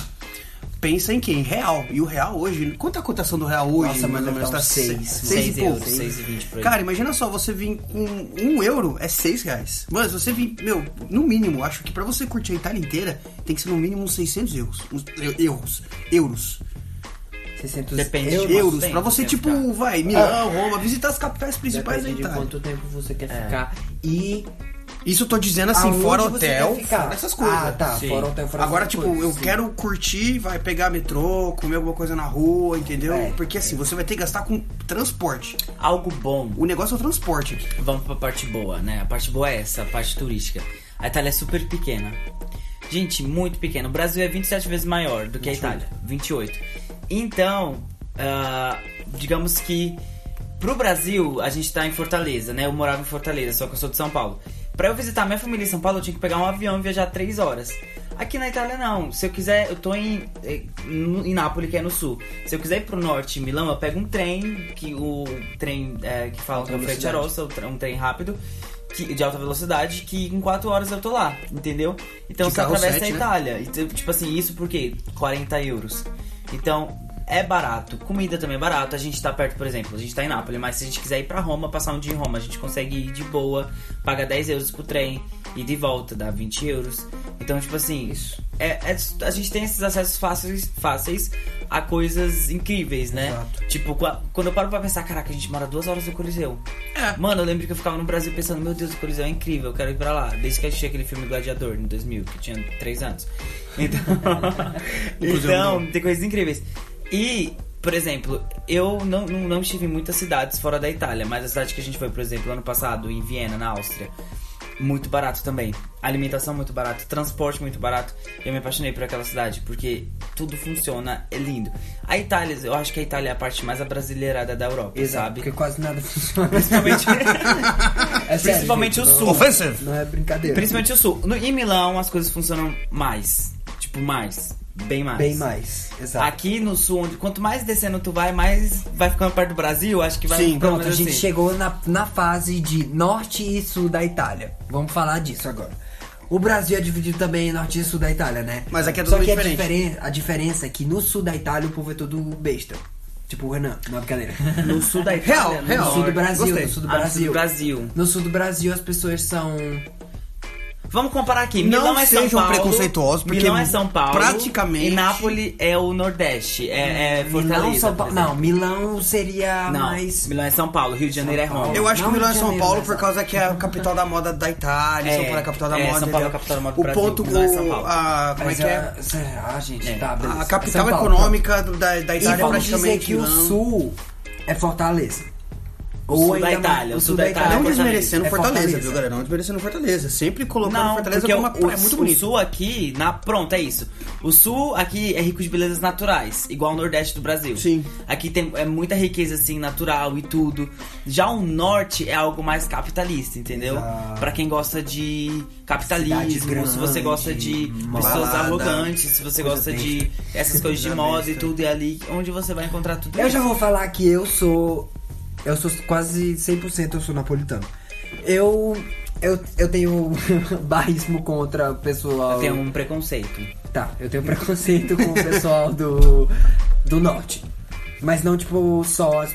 Speaker 1: pensa em quem? Real. E o real hoje. Quanto é a cotação do real hoje? tá
Speaker 2: Nossa, mas deve dar uns seis,
Speaker 1: seis
Speaker 3: seis
Speaker 1: e pouco.
Speaker 3: euros, seis e vinte por aí.
Speaker 1: Cara, imagina só, você vir com um euro é seis reais. Mano, se você vir, meu, no mínimo, acho que pra você curtir a Itália inteira, tem que ser no mínimo uns 600 euros. Uns, eu- euros. Euros.
Speaker 2: 600
Speaker 3: Depende de
Speaker 2: euros.
Speaker 3: quanto
Speaker 1: euros.
Speaker 3: tempo
Speaker 1: Pra você,
Speaker 3: quer
Speaker 1: tipo,
Speaker 3: ficar.
Speaker 1: vai, Milão, Roma, visitar as capitais principais
Speaker 2: Depende de
Speaker 1: da Itália.
Speaker 2: quanto tempo você quer
Speaker 3: É.
Speaker 2: ficar. E
Speaker 1: Isso eu tô dizendo assim,
Speaker 2: aonde
Speaker 1: fora
Speaker 2: você
Speaker 1: hotel,
Speaker 2: quer ficar.
Speaker 1: fora essas coisas.
Speaker 2: Ah, tá.
Speaker 3: Sim.
Speaker 2: Fora hotel, fora
Speaker 1: Agora,
Speaker 2: essas
Speaker 1: tipo,
Speaker 2: coisas,
Speaker 1: eu
Speaker 2: sim.
Speaker 1: quero curtir, vai pegar metrô, comer alguma coisa na rua, entendeu?
Speaker 2: É.
Speaker 1: Porque assim, você vai ter que gastar com transporte.
Speaker 3: Algo bom.
Speaker 1: O negócio é o transporte aqui.
Speaker 3: Vamos pra parte boa, né? A parte boa é essa, a parte turística. A Itália é super pequena. Gente, muito pequena. O Brasil é 27 vezes maior do que a Itália. 28. Então, ah, digamos que pro Brasil, a gente tá em Fortaleza, né? Eu morava em Fortaleza, só que eu sou de São Paulo. Pra eu visitar minha família em São Paulo, eu tinha que pegar um avião e viajar 3 horas. Aqui na Itália, não. Se eu quiser, eu tô em, eh, no- em Nápoles, que é no sul. Se eu quiser ir pro norte, Milão, eu pego um trem, que o trem eh, que fala que é o Frente
Speaker 2: velocidade.
Speaker 3: Arossa, um tre- um trem rápido, que- de alta velocidade, que em 4 horas eu tô lá, entendeu? Então
Speaker 1: De
Speaker 3: você
Speaker 1: carro
Speaker 3: atravessa
Speaker 1: sete,
Speaker 3: a
Speaker 1: né?
Speaker 3: Itália. E, tu- tipo assim, isso por quê? 40 euros. Então, é barato. Comida também é barato. A gente tá perto, por exemplo, a gente tá em Nápoles, mas se a gente quiser ir pra Roma, passar um dia em Roma, a gente consegue ir de boa, paga 10 euros pro trem e de volta dá 20 euros. Então, tipo assim, isso. É, é- a gente tem esses acessos fáceis, fáceis a coisas incríveis, né?
Speaker 2: Exato.
Speaker 3: Tipo, qua- quando eu paro pra pensar, caraca, a gente mora duas horas no Coliseu.
Speaker 1: É.
Speaker 3: Mano, eu lembro que eu ficava no Brasil pensando, meu Deus, o Coliseu é incrível, eu quero ir pra lá. Desde que eu assisti aquele filme Gladiador, em 2000, que eu tinha 3 anos. Então,
Speaker 1: Inclusive,
Speaker 3: então tem coisas incríveis. E, por exemplo, eu não, não, não estive em muitas cidades fora da Itália, mas a cidade que a gente foi, por exemplo, ano passado, em Viena, na Áustria, muito barato também. Alimentação muito barato, transporte muito barato. Eu me apaixonei por aquela cidade, porque tudo funciona, é lindo. A Itália, eu acho que a Itália é a parte mais abrasileirada da Europa,
Speaker 2: Exato,
Speaker 3: sabe?
Speaker 2: porque quase nada funciona.
Speaker 3: Principalmente,
Speaker 2: É sério,
Speaker 3: principalmente
Speaker 2: gente,
Speaker 3: o
Speaker 2: não-
Speaker 3: sul.
Speaker 1: Offensive!
Speaker 2: Não é brincadeira.
Speaker 3: principalmente o sul. No, em Milão as coisas funcionam mais. Tipo, mais. Bem mais.
Speaker 2: Bem mais. Exato.
Speaker 3: Aqui no sul, onde quanto mais descendo tu vai, mais vai ficando perto do Brasil, acho que vai
Speaker 1: Sim,
Speaker 3: ficando
Speaker 2: Pronto, a
Speaker 3: mais
Speaker 2: gente
Speaker 3: assim.
Speaker 2: chegou na, na fase de norte e sul da Itália. Vamos falar disso agora. O Brasil é dividido também em norte e sul da Itália, né?
Speaker 1: Mas aqui é
Speaker 2: Só que
Speaker 1: totalmente
Speaker 2: a,
Speaker 1: diferente.
Speaker 2: diferen- a diferença é que no sul da Itália o povo é todo besta. Tipo o Renan, não é brincadeira.
Speaker 3: No sul da
Speaker 1: Real,
Speaker 3: Itália, no
Speaker 1: real.
Speaker 2: No sul do
Speaker 3: norte.
Speaker 2: Brasil,
Speaker 1: Gostei.
Speaker 2: no sul do
Speaker 3: Ah, no sul
Speaker 2: Brasil.
Speaker 3: do Brasil.
Speaker 2: No sul do Brasil as pessoas são.
Speaker 3: Vamos comparar aqui.
Speaker 1: Não
Speaker 3: Milão é São
Speaker 1: sejam
Speaker 3: Paulo,
Speaker 1: preconceituosos, porque
Speaker 3: Milão é São Paulo.
Speaker 1: praticamente-
Speaker 3: E Nápoles é o Nordeste. É, é Fortaleza.
Speaker 2: Milão, São
Speaker 3: por
Speaker 2: Paulo.
Speaker 3: exemplo.
Speaker 2: Não, Milão seria
Speaker 3: Não,
Speaker 2: mais.
Speaker 3: Milão é São Paulo. Rio de Janeiro
Speaker 2: São
Speaker 3: é Roma.
Speaker 2: Paulo.
Speaker 1: Eu acho
Speaker 2: Não
Speaker 1: que Milão é
Speaker 2: de
Speaker 1: São
Speaker 2: Janeiro,
Speaker 1: Paulo
Speaker 2: mas
Speaker 1: por
Speaker 2: não.
Speaker 1: causa que é a capital da moda da Itália,
Speaker 3: É,
Speaker 1: São Paulo é a capital da
Speaker 3: é,
Speaker 1: moda.
Speaker 3: São Paulo é a
Speaker 1: entendeu?
Speaker 3: capital da moda do
Speaker 1: O
Speaker 3: Brasil,
Speaker 1: ponto,
Speaker 3: Milão é
Speaker 1: o-
Speaker 3: São Paulo.
Speaker 1: a- como é
Speaker 2: Mas
Speaker 1: que é?
Speaker 2: a- Ah, gente,
Speaker 3: É.
Speaker 2: tá, beleza.
Speaker 1: A
Speaker 2: São
Speaker 1: capital
Speaker 2: Paulo,
Speaker 1: econômica do- da, da
Speaker 2: E
Speaker 1: Itália é
Speaker 2: vamos dizer
Speaker 1: praticamente.
Speaker 2: que o
Speaker 1: Milão.
Speaker 2: sul é Fortaleza.
Speaker 3: sul da
Speaker 2: ainda
Speaker 3: Itália,
Speaker 2: mais-
Speaker 3: o sul da Itália.
Speaker 1: Não
Speaker 3: É Fortaleza.
Speaker 1: desmerecendo
Speaker 2: É
Speaker 1: Fortaleza,
Speaker 2: Fortaleza.
Speaker 1: viu, galera? Não desmerecendo Fortaleza. Sempre colocando
Speaker 3: Não,
Speaker 1: Fortaleza
Speaker 3: porque
Speaker 1: como uma
Speaker 3: o, o,
Speaker 1: é muito
Speaker 3: o
Speaker 1: bonito.
Speaker 3: sul aqui, na, pronto, é isso. O sul aqui é rico de belezas naturais, igual o nordeste do Brasil.
Speaker 1: Sim.
Speaker 3: Aqui tem é muita riqueza assim natural e tudo. Já o norte é algo mais capitalista, entendeu?
Speaker 2: Exato.
Speaker 3: Pra quem gosta de capitalismo,
Speaker 2: Cidade
Speaker 3: se você gosta de
Speaker 2: grande,
Speaker 3: pessoas
Speaker 1: balada,
Speaker 3: arrogantes, se você
Speaker 2: coisa
Speaker 3: gosta
Speaker 2: besta.
Speaker 3: de essas coisas de
Speaker 1: Coisa
Speaker 3: moda e
Speaker 1: besta.
Speaker 3: tudo, é ali onde você vai encontrar tudo.
Speaker 2: Eu
Speaker 3: isso.
Speaker 2: já vou falar que eu sou. Eu sou quase 100% eu sou napolitano. Eu. Eu, eu tenho barrismo contra o pessoal.
Speaker 3: Tem um preconceito.
Speaker 2: Tá, eu tenho preconceito com o pessoal do, do norte. Mas não, tipo, só as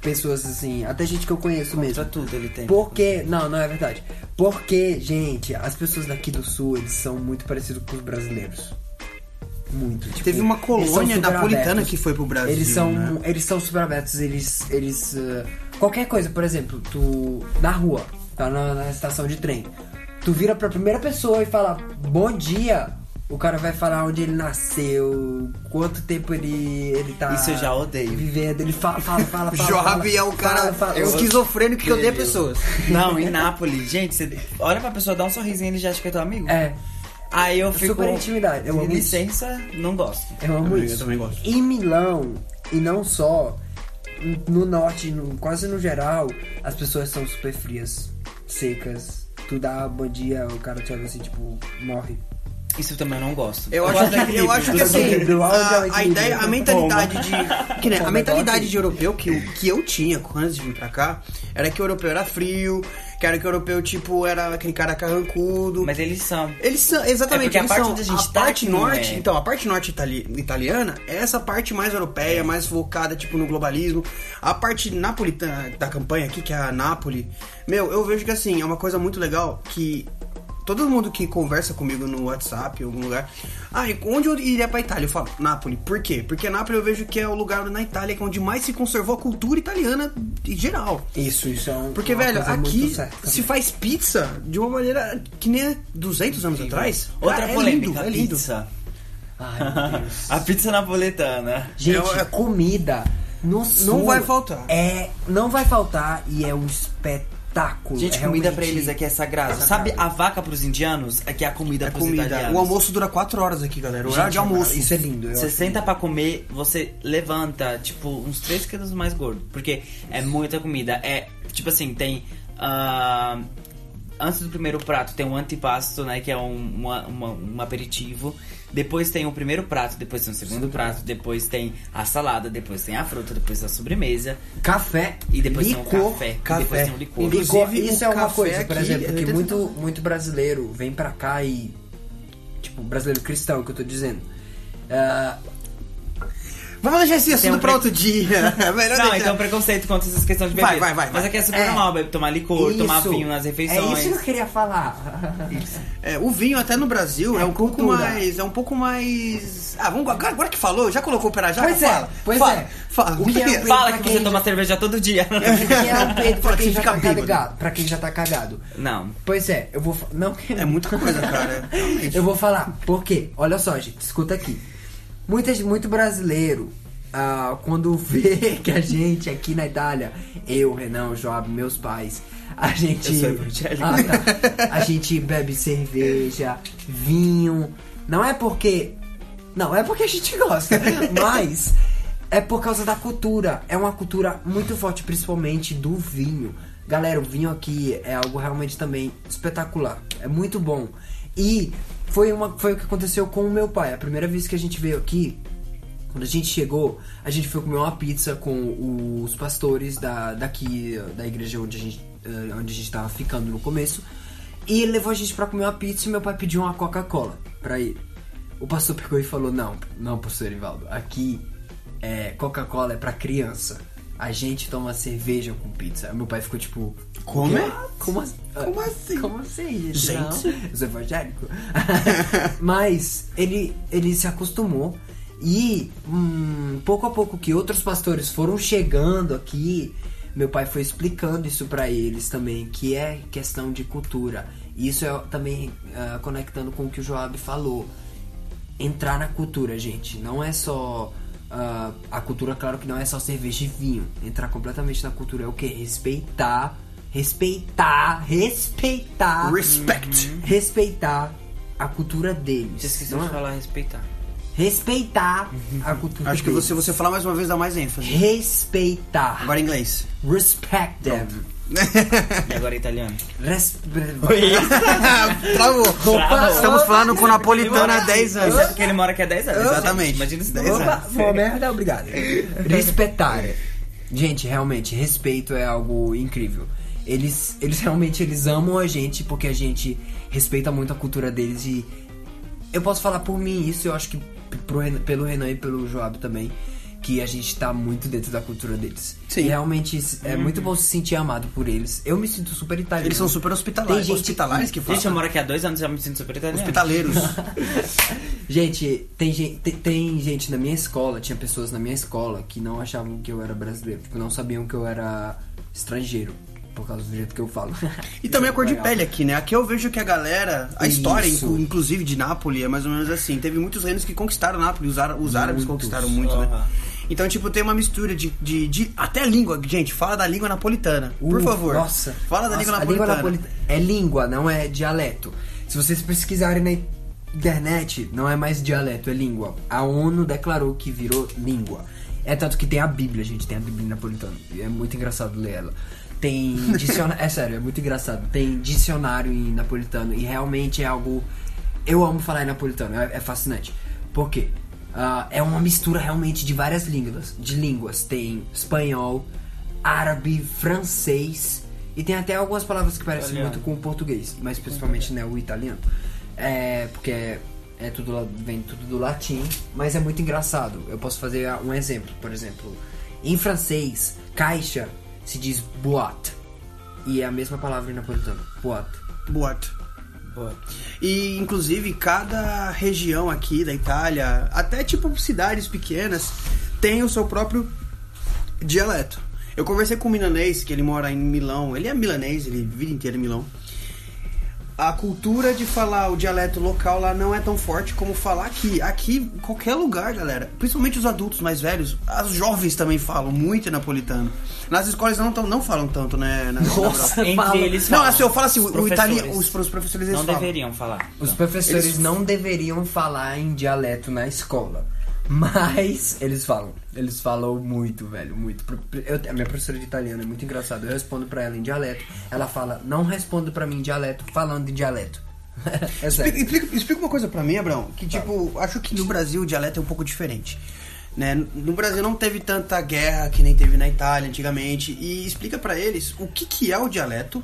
Speaker 2: pessoas assim. Até gente que eu conheço
Speaker 3: Pra
Speaker 2: mesmo.
Speaker 3: tudo ele tem.
Speaker 2: Porque. Não, não é verdade. Porque, gente, as pessoas daqui do sul, eles são muito parecidos com os brasileiros. Muito. tipo,
Speaker 1: Teve uma
Speaker 2: eles são
Speaker 1: colônia
Speaker 2: super
Speaker 1: napolitana
Speaker 2: abertos.
Speaker 1: que foi pro Brasil,
Speaker 2: Eles são,
Speaker 1: né?
Speaker 2: eles são super abertos, eles. eles ah, qualquer coisa, por exemplo, tu. Na rua, tá na, na estação de trem. Tu vira pra primeira pessoa e fala bom dia. O cara vai falar onde ele nasceu, quanto tempo ele, ele tá.
Speaker 3: Isso eu já odeio.
Speaker 2: Vivendo. Ele fala, fala, fala. fala
Speaker 1: Job
Speaker 2: fala,
Speaker 1: é o cara
Speaker 2: fala, fala.
Speaker 1: esquizofrênico que odeia
Speaker 3: Meu Deus.
Speaker 1: pessoas.
Speaker 3: Não, em Nápoles, gente, você olha pra pessoa, dá um sorrisinho ele já acha que é teu amigo.
Speaker 2: É.
Speaker 3: Aí eu fico.
Speaker 2: Super intimidade, eu
Speaker 3: de
Speaker 2: amo isso.
Speaker 3: licença, não gosto.
Speaker 2: Eu amo
Speaker 1: Eu
Speaker 2: isso.
Speaker 1: também gosto.
Speaker 2: Em Milão, e não só, no norte, no- quase no geral, as pessoas são super frias, secas. Tu dá bom dia, o cara te olha assim, tipo, morre.
Speaker 3: Isso também eu não gosto.
Speaker 1: Eu acho, que, eu acho que assim,
Speaker 2: equilíbrio, áudio é o
Speaker 1: a, a
Speaker 2: equilíbrio.
Speaker 1: ideia, a mentalidade de. que nem, a
Speaker 2: Toma,
Speaker 1: mentalidade
Speaker 2: igual
Speaker 1: de europeu que, eu- que eu tinha antes de vir pra cá era que o europeu era frio, que era que o europeu, tipo, era aquele cara carrancudo.
Speaker 3: Mas eles são.
Speaker 1: Eles são, exatamente,
Speaker 3: É porque a
Speaker 1: eles
Speaker 3: parte
Speaker 1: são
Speaker 3: onde a gente
Speaker 1: a
Speaker 3: tá
Speaker 1: parte
Speaker 3: aqui não
Speaker 1: norte,
Speaker 3: é.
Speaker 1: então, a parte norte itali- italiana é essa parte mais
Speaker 3: É.
Speaker 1: europeia, mais focada, tipo, no globalismo. A parte napolitana da campanha aqui, que é a Nápoles, meu, eu vejo que, assim, é uma coisa muito legal que todo mundo que conversa comigo no WhatsApp, em algum lugar, ah, e onde eu iria pra Itália? Eu falo, Nápoles. Por quê? Porque Nápoles eu vejo que é o lugar na Itália que é onde mais se conservou a cultura italiana em geral.
Speaker 2: Isso, isso é um.
Speaker 1: Porque,
Speaker 2: uma
Speaker 1: velho,
Speaker 2: coisa muito
Speaker 1: aqui
Speaker 2: certa. né?
Speaker 1: se faz pizza de uma maneira que nem há 200 anos atrás.
Speaker 3: Outra
Speaker 1: Cara,
Speaker 3: polêmica,
Speaker 1: é lindo, é lindo.
Speaker 3: pizza.
Speaker 2: Ai, meu Deus.
Speaker 3: A pizza napoletana.
Speaker 2: Gente,
Speaker 1: É- é-
Speaker 2: comida no sul
Speaker 1: vai faltar.
Speaker 2: É, não vai faltar e é um espetáculo.
Speaker 3: Gente,
Speaker 2: é
Speaker 3: comida
Speaker 2: realmente-
Speaker 3: pra eles aqui é sagrado.
Speaker 2: É
Speaker 3: Sabe
Speaker 2: sagrado.
Speaker 3: a vaca pros indianos? Aqui é a comida
Speaker 1: É
Speaker 3: pros
Speaker 1: comida.
Speaker 3: italianos.
Speaker 1: O almoço dura 4 horas aqui, galera. O horário de
Speaker 2: é
Speaker 1: almoço.
Speaker 2: Isso é lindo. Eu
Speaker 3: Você
Speaker 2: acho
Speaker 3: senta pra comer, você levanta, tipo, uns 3 quilos mais gordo. Porque é muita comida. É, tipo assim, tem. ah, antes do primeiro prato tem um antipasto, né? Que é um, uma- uma- um aperitivo. Depois tem o primeiro prato, depois tem o segundo prato, depois tem a salada, depois tem a fruta, depois a sobremesa.
Speaker 2: Café
Speaker 3: E depois tem
Speaker 2: licor,
Speaker 3: um café, e depois tem um licor.
Speaker 2: Inclusive,
Speaker 1: Inclusive,
Speaker 2: isso
Speaker 1: o
Speaker 2: é uma
Speaker 1: café
Speaker 2: coisa, por
Speaker 1: aqui é
Speaker 2: exemplo,
Speaker 1: 80
Speaker 2: que muito, muito brasileiro vem pra cá e. Tipo, brasileiro cristão, que eu tô dizendo. Ah,
Speaker 1: Vamos deixar esse
Speaker 3: Tem
Speaker 1: assunto
Speaker 3: um
Speaker 1: pra
Speaker 3: pre-
Speaker 1: outro dia. É melhor
Speaker 3: Não,
Speaker 1: deixar.
Speaker 3: então preconceito contra essas questões de
Speaker 1: Vai,
Speaker 3: bebida.
Speaker 1: vai, vai,
Speaker 3: Mas
Speaker 1: vai.
Speaker 3: aqui é super
Speaker 2: É.
Speaker 3: normal bebe- tomar licor,
Speaker 2: isso.
Speaker 3: tomar vinho nas refeições.
Speaker 2: É isso que eu queria falar.
Speaker 1: É, o vinho até no Brasil é,
Speaker 2: É
Speaker 1: um pouco
Speaker 2: cultura.
Speaker 1: mais. É um pouco mais. Ah, vamos agora, agora que falou, já colocou o pé na jaca?
Speaker 2: Pois é,
Speaker 1: fala.
Speaker 2: pois
Speaker 1: fala,
Speaker 2: é.
Speaker 1: Fala.
Speaker 2: O que é
Speaker 1: Beleza.
Speaker 3: Fala
Speaker 2: Pra
Speaker 3: que
Speaker 2: quem
Speaker 3: você
Speaker 2: já-
Speaker 3: toma cerveja todo dia.
Speaker 2: Que é o Pedro, pra
Speaker 1: Fala que você
Speaker 2: quem já
Speaker 1: fica
Speaker 2: tá
Speaker 1: bêbado.
Speaker 2: cagado. Pra quem já tá cagado.
Speaker 3: Não.
Speaker 2: Pois é, eu vou. fa- Não,
Speaker 1: É muita coisa, cara. é, Realmente.
Speaker 2: Eu vou falar, por quê? Olha só, gente, escuta aqui. Muitas, muito brasileiro, ah, quando vê que a gente aqui na Itália, eu, Renan, o Job, meus pais, a gente.
Speaker 3: Eu sou evangélico.
Speaker 2: Ah, tá. A gente bebe cerveja, vinho. Não é porque. Não, é porque a gente gosta, mas é por causa da cultura. É uma cultura muito forte, principalmente do vinho. Galera, o vinho aqui é algo realmente também espetacular. É muito bom. E foi, uma, foi o que aconteceu com o meu pai. A primeira vez que a gente veio aqui, quando a gente chegou, a gente foi comer uma pizza com os pastores da, daqui, eh, da igreja onde a, gente, eh, onde a gente tava ficando no começo. E ele levou a gente pra comer uma pizza e meu pai pediu uma Coca-Cola pra ele. O pastor pegou e falou: Não, não, pastor Ivaldo, aqui é, Coca-Cola é pra criança. A gente toma cerveja com pizza. Aí Meu pai ficou tipo:
Speaker 1: Como
Speaker 2: "Quê?
Speaker 1: é?
Speaker 2: Como, as-
Speaker 1: Como assim?
Speaker 2: Como assim?
Speaker 1: Gente. é
Speaker 2: Não. Eu sou evangélico. Mas ele, ele se acostumou. E hum, pouco a pouco que outros pastores foram chegando aqui, meu pai foi explicando isso pra eles também, que é questão de cultura. E isso é também ah, conectando com o que o Joab falou. Entrar na cultura, gente. Não é só. ah, a cultura, claro que não é só cerveja e vinho. Entrar completamente na cultura é o que? Respeitar. Respeitar. Respeitar
Speaker 1: Respect.
Speaker 2: respeitar a cultura deles.
Speaker 3: Você esqueceu
Speaker 2: não
Speaker 3: de
Speaker 2: é?
Speaker 3: falar respeitar.
Speaker 2: Respeitar a cultura
Speaker 1: Uhum. Acho que
Speaker 2: deles.
Speaker 1: você, você falar mais uma vez dá mais ênfase.
Speaker 2: Respeitar.
Speaker 1: Agora em inglês.
Speaker 2: Respect them.
Speaker 3: E agora é italiano.
Speaker 2: Resp...
Speaker 1: Travou.
Speaker 3: Travou.
Speaker 1: Estamos falando com napolitano há 10 anos.
Speaker 3: Sabe que ele mora aqui há 10 anos. né, gente?
Speaker 1: Exatamente.
Speaker 3: Imagina se
Speaker 1: 10
Speaker 3: 10
Speaker 1: anos.
Speaker 3: anos.
Speaker 2: Opa, foi uma merda, obrigado. Respeitar. Gente, realmente, respeito é algo incrível. Eles, eles realmente eles amam a gente porque a gente respeita muito a cultura deles e eu posso falar por mim isso, eu acho que p- pro Renan- pelo Renan e pelo Joab também, que a gente tá muito dentro da cultura deles.
Speaker 1: Sim.
Speaker 2: E realmente é muito bom se sentir amado por eles. Eu me sinto super italiano.
Speaker 1: Eles são super
Speaker 2: Tem
Speaker 1: hospitalares.
Speaker 2: gente-
Speaker 1: Hospitalares que né? falam.
Speaker 3: Gente, eu moro aqui há 2 anos e já me sinto super italiano.
Speaker 1: Hospitaleiros.
Speaker 2: Gente, tem gente, tem, tem gente na minha escola, tinha pessoas na minha escola que não achavam que eu era brasileiro, tipo, não sabiam que eu era estrangeiro, por causa do jeito que eu falo.
Speaker 1: E também a cor de
Speaker 2: Legal.
Speaker 1: pele aqui, né? Aqui eu vejo que a galera, a
Speaker 2: Isso.
Speaker 1: história, inclu- inclusive de Nápoles, é mais ou menos assim. Teve muitos reinos que conquistaram Nápoles, os, ára- os árabes conquistaram muito, né?
Speaker 3: Aham.
Speaker 1: Então, tipo, tem uma mistura de, de, de- Até a língua, gente, fala da língua napolitana, por
Speaker 2: Uh,
Speaker 1: favor.
Speaker 2: Nossa.
Speaker 1: Fala da
Speaker 2: Nossa,
Speaker 1: língua
Speaker 2: a língua
Speaker 1: napolitana.
Speaker 2: napolitana. É língua, não é dialeto. Se vocês pesquisarem na internet, não é mais dialeto, é língua. A ONU declarou que virou língua. É tanto que tem a Bíblia, gente, tem a Bíblia em napolitano. E É muito engraçado ler ela. Tem dicionário. é sério, é muito engraçado. Tem dicionário em napolitano e realmente é algo Eu amo falar em napolitano, é, é fascinante. Por quê? Ah, é uma mistura realmente de várias línguas. De línguas. Tem espanhol, árabe, francês e tem até algumas palavras que parecem
Speaker 3: Italiano.
Speaker 2: muito com o português, mas principalmente né, o italiano. É, porque é, é tudo lá- vem tudo do latim, mas é muito engraçado. Eu posso fazer ah, um exemplo, por exemplo, em francês, caixa se diz boîte e é a mesma palavra em napolitano, boîte.
Speaker 1: Boato.
Speaker 3: Boa.
Speaker 1: E inclusive cada região aqui da Itália, até tipo cidades pequenas, tem o seu próprio dialeto. Eu conversei com um milanês, que ele mora em Milão, ele é milanês, ele vive inteiro em Milão. A cultura de falar o dialeto local lá não é tão forte como falar aqui. Aqui, em qualquer lugar, galera, principalmente os adultos mais velhos, as jovens também falam muito napolitano. Nas escolas não, tão, não falam tanto, né? Na, na Europa.
Speaker 3: Entre
Speaker 2: fala.
Speaker 3: eles
Speaker 1: não,
Speaker 3: falam.
Speaker 1: assim, eu falo assim,
Speaker 3: Os
Speaker 1: o italiano,
Speaker 3: professores
Speaker 1: os, os professores eles
Speaker 3: Não
Speaker 1: falam.
Speaker 3: deveriam falar.
Speaker 2: Os
Speaker 3: Não.
Speaker 2: professores
Speaker 1: Eles-
Speaker 2: não deveriam falar em dialeto na escola. Mas eles falam. Eles falam muito, velho, muito. Eu, a minha professora de italiano é muito engraçada. Eu respondo pra ela em dialeto. Ela fala, não respondo pra mim em dialeto, falando em dialeto. é
Speaker 1: Explica,
Speaker 2: sério.
Speaker 1: explica- explica uma coisa pra mim, Abrão, que tipo, acho que no Brasil o dialeto é um pouco diferente. Né? No Brasil não teve tanta guerra que nem teve na Itália antigamente. E explica pra eles o que, que é o dialeto,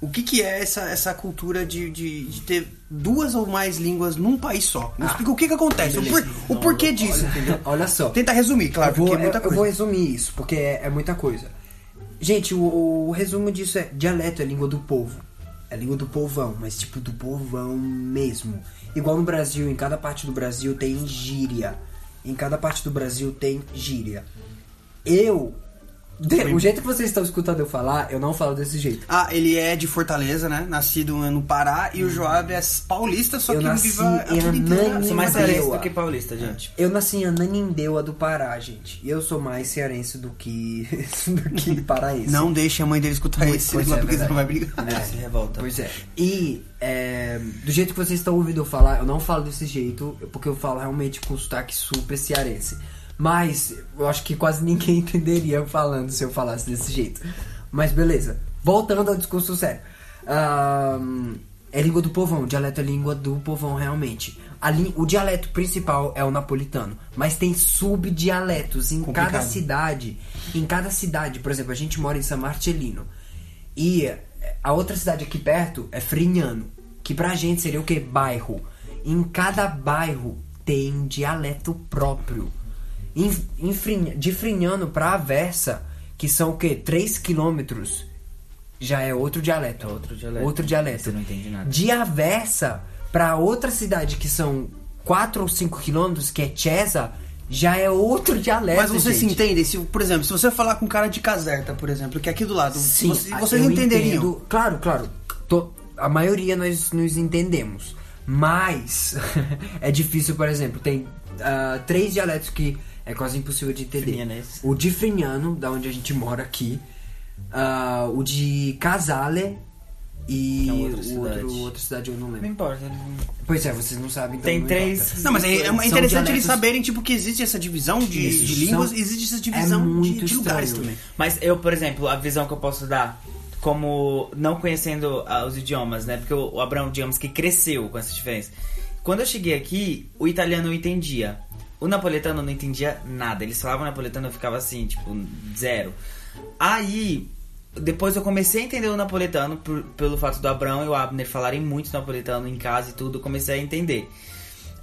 Speaker 1: o que, que é essa, essa cultura de, de, de ter duas ou mais línguas num país só.
Speaker 2: Ah,
Speaker 1: Me explica o que, que acontece, o, por- o porquê disso, entendeu?
Speaker 2: Olha só.
Speaker 1: Tenta resumir, claro,
Speaker 2: eu vou,
Speaker 1: porque é muita
Speaker 2: eu- eu vou
Speaker 1: coisa.
Speaker 2: resumir isso, porque é, é muita coisa. Gente, o, o resumo disso é: dialeto é língua do povo. É língua do povão, mas tipo do povão mesmo. Igual no Brasil, em cada parte do Brasil tem gíria. Em cada parte do Brasil tem gíria. Eu. de- o jeito que vocês estão escutando eu falar, eu não falo desse jeito.
Speaker 1: Ah, ele é de Fortaleza, né? Nascido no Pará e o Joab é paulista, só
Speaker 2: Hum. Eu
Speaker 1: que
Speaker 2: nasci
Speaker 1: vive a, a
Speaker 2: em
Speaker 1: vida inteira.
Speaker 2: Anani-
Speaker 3: Sou mais
Speaker 2: Nenhuma
Speaker 3: paulista
Speaker 2: delas.
Speaker 3: do que paulista, gente.
Speaker 2: Eu nasci em Ananindeua do Pará, gente. E eu sou mais cearense do que. do que paraense.
Speaker 1: Não deixe a mãe dele escutar esse,
Speaker 2: pois é,
Speaker 1: porque senão
Speaker 2: verdade.
Speaker 1: vai brigar.
Speaker 3: É, se revolta.
Speaker 2: Pois é. E é, do jeito que vocês estão ouvindo eu falar, eu não falo desse jeito, porque eu falo realmente com sotaque super cearense. Mas eu acho que quase ninguém entenderia eu falando se eu falasse desse jeito. Mas beleza. Voltando ao discurso sério. Ahn, é língua do povão, dialeto é língua do povão realmente. A lí- o dialeto principal é o napolitano, mas tem subdialetos em cada
Speaker 1: Complicado.
Speaker 2: cidade cidade, em cada cidade, por exemplo, a gente mora em San Marcelino. E a outra cidade aqui perto é Frignano, que pra gente seria o que? Bairro. Em cada bairro tem um dialeto próprio. Em, em Frin- de Frignano pra Aversa, que são o que? 3 quilômetros, já é outro dialeto.
Speaker 3: É outro dialeto.
Speaker 2: Outro dialeto.
Speaker 3: Você não entende nada.
Speaker 2: De Aversa pra outra cidade que são 4 ou 5 quilômetros, que é Cesa, já é outro dialeto.
Speaker 1: Mas vocês se
Speaker 2: gente.
Speaker 1: entendem? Se, por exemplo, se você falar com um cara de caserta, por exemplo, que é aqui do lado,
Speaker 2: Sim,
Speaker 1: você-
Speaker 2: a-
Speaker 1: vocês
Speaker 2: eu
Speaker 1: entenderiam.
Speaker 2: entendo. Claro, claro. To- a maioria nós nos entendemos. Mas é difícil, por exemplo, tem ah, três dialetos que é quase impossível de entender.
Speaker 3: Frignanense.
Speaker 2: O de Frignano, da onde a gente mora aqui. ah, o de Casale e
Speaker 3: Que é
Speaker 2: o
Speaker 3: outra
Speaker 2: outro,
Speaker 3: cidade.
Speaker 2: outra cidade eu
Speaker 1: É.
Speaker 2: não
Speaker 3: Não
Speaker 2: lembro.
Speaker 3: importa. não-
Speaker 2: Pois é, vocês não sabem. Então
Speaker 3: Tem
Speaker 2: não
Speaker 3: três.
Speaker 2: importa.
Speaker 1: Não, mas é, é uma-
Speaker 2: São
Speaker 1: interessante eles
Speaker 2: dialetos-
Speaker 1: saberem, tipo, que existe essa divisão de,
Speaker 2: Isso,
Speaker 1: de línguas,
Speaker 2: são-
Speaker 1: existe essa
Speaker 2: é
Speaker 1: divisão de-
Speaker 2: muito
Speaker 1: de, lugares
Speaker 2: estranho.
Speaker 1: também.
Speaker 3: Mas eu, por exemplo, a visão que eu posso dar, como não conhecendo ah, os idiomas, né? Porque o, o Abraão, digamos que cresceu com essa diferença. Quando eu cheguei aqui, o italiano eu entendia. O napoletano eu não entendia nada. Eles falavam napoletano, eu ficava assim, tipo, zero. Aí, depois eu comecei a entender o napoletano, por- pelo fato do Abraão e o Abner falarem muito napoletano em casa e tudo, eu comecei a entender.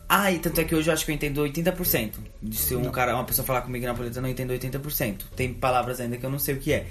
Speaker 3: Ah, e tanto é que hoje eu acho que eu entendo 80%. De se um cara, uma pessoa falar comigo em napolitano, eu entendo 80%. Tem palavras ainda que eu não sei o que é.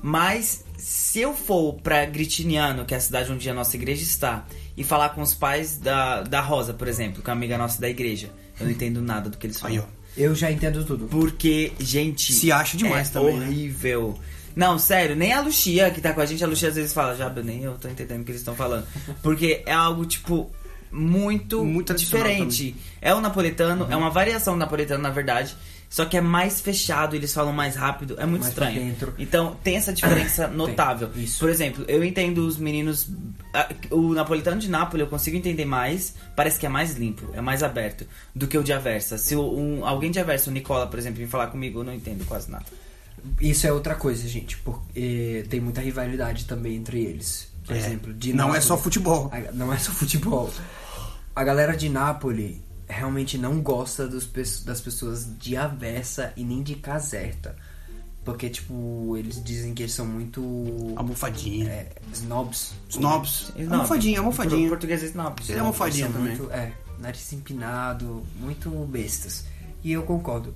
Speaker 3: Mas se eu for pra Gritiniano, que é a cidade onde a nossa igreja está, e falar com os pais da, da Rosa, por exemplo, que é uma amiga nossa da igreja, eu não entendo nada do que eles
Speaker 1: Aí, ó.
Speaker 3: falam.
Speaker 2: Eu já entendo tudo.
Speaker 3: Porque, gente.
Speaker 1: Se acha demais
Speaker 3: é
Speaker 1: também, né?
Speaker 3: Horrível. Não, sério, nem a Lucia que tá com a gente, a Lucia às vezes fala, já nem eu tô entendendo o que eles estão falando. Porque é algo, tipo, muito,
Speaker 1: Muito tradicional Uhum.
Speaker 3: diferente. É o napoletano, é uma variação do napoletano, na verdade. Só que é mais fechado, eles falam mais rápido, é muito
Speaker 2: Mais pra
Speaker 3: estranho.
Speaker 2: dentro.
Speaker 3: Então tem essa diferença notável.
Speaker 2: isso.
Speaker 3: Por exemplo, eu entendo os meninos. ah, O napolitano de Nápoles eu consigo entender mais, parece que é mais limpo, é mais aberto do que o de Aversa. Se o- um, alguém de Aversa, o Nicola, por exemplo, vir falar comigo, eu não entendo quase nada.
Speaker 2: Isso é outra coisa, gente, porque tem muita rivalidade também entre eles. Por
Speaker 1: É.
Speaker 2: exemplo, de
Speaker 1: Não é
Speaker 2: Nápoles.
Speaker 1: só futebol.
Speaker 2: Ah, Não é só futebol. a galera de Nápoles realmente não gosta dos pe- das pessoas de Avessa e nem de Caserta. Porque, tipo, eles dizem que eles são muito
Speaker 1: Almofadinha.
Speaker 2: é, snobs.
Speaker 1: Snobs. Almofadinha,
Speaker 3: Em
Speaker 1: almofadinha.
Speaker 3: português é snob.
Speaker 1: Seria almofadinha
Speaker 2: São
Speaker 1: também.
Speaker 2: muito, é, nariz empinado, muito bestas. E eu concordo.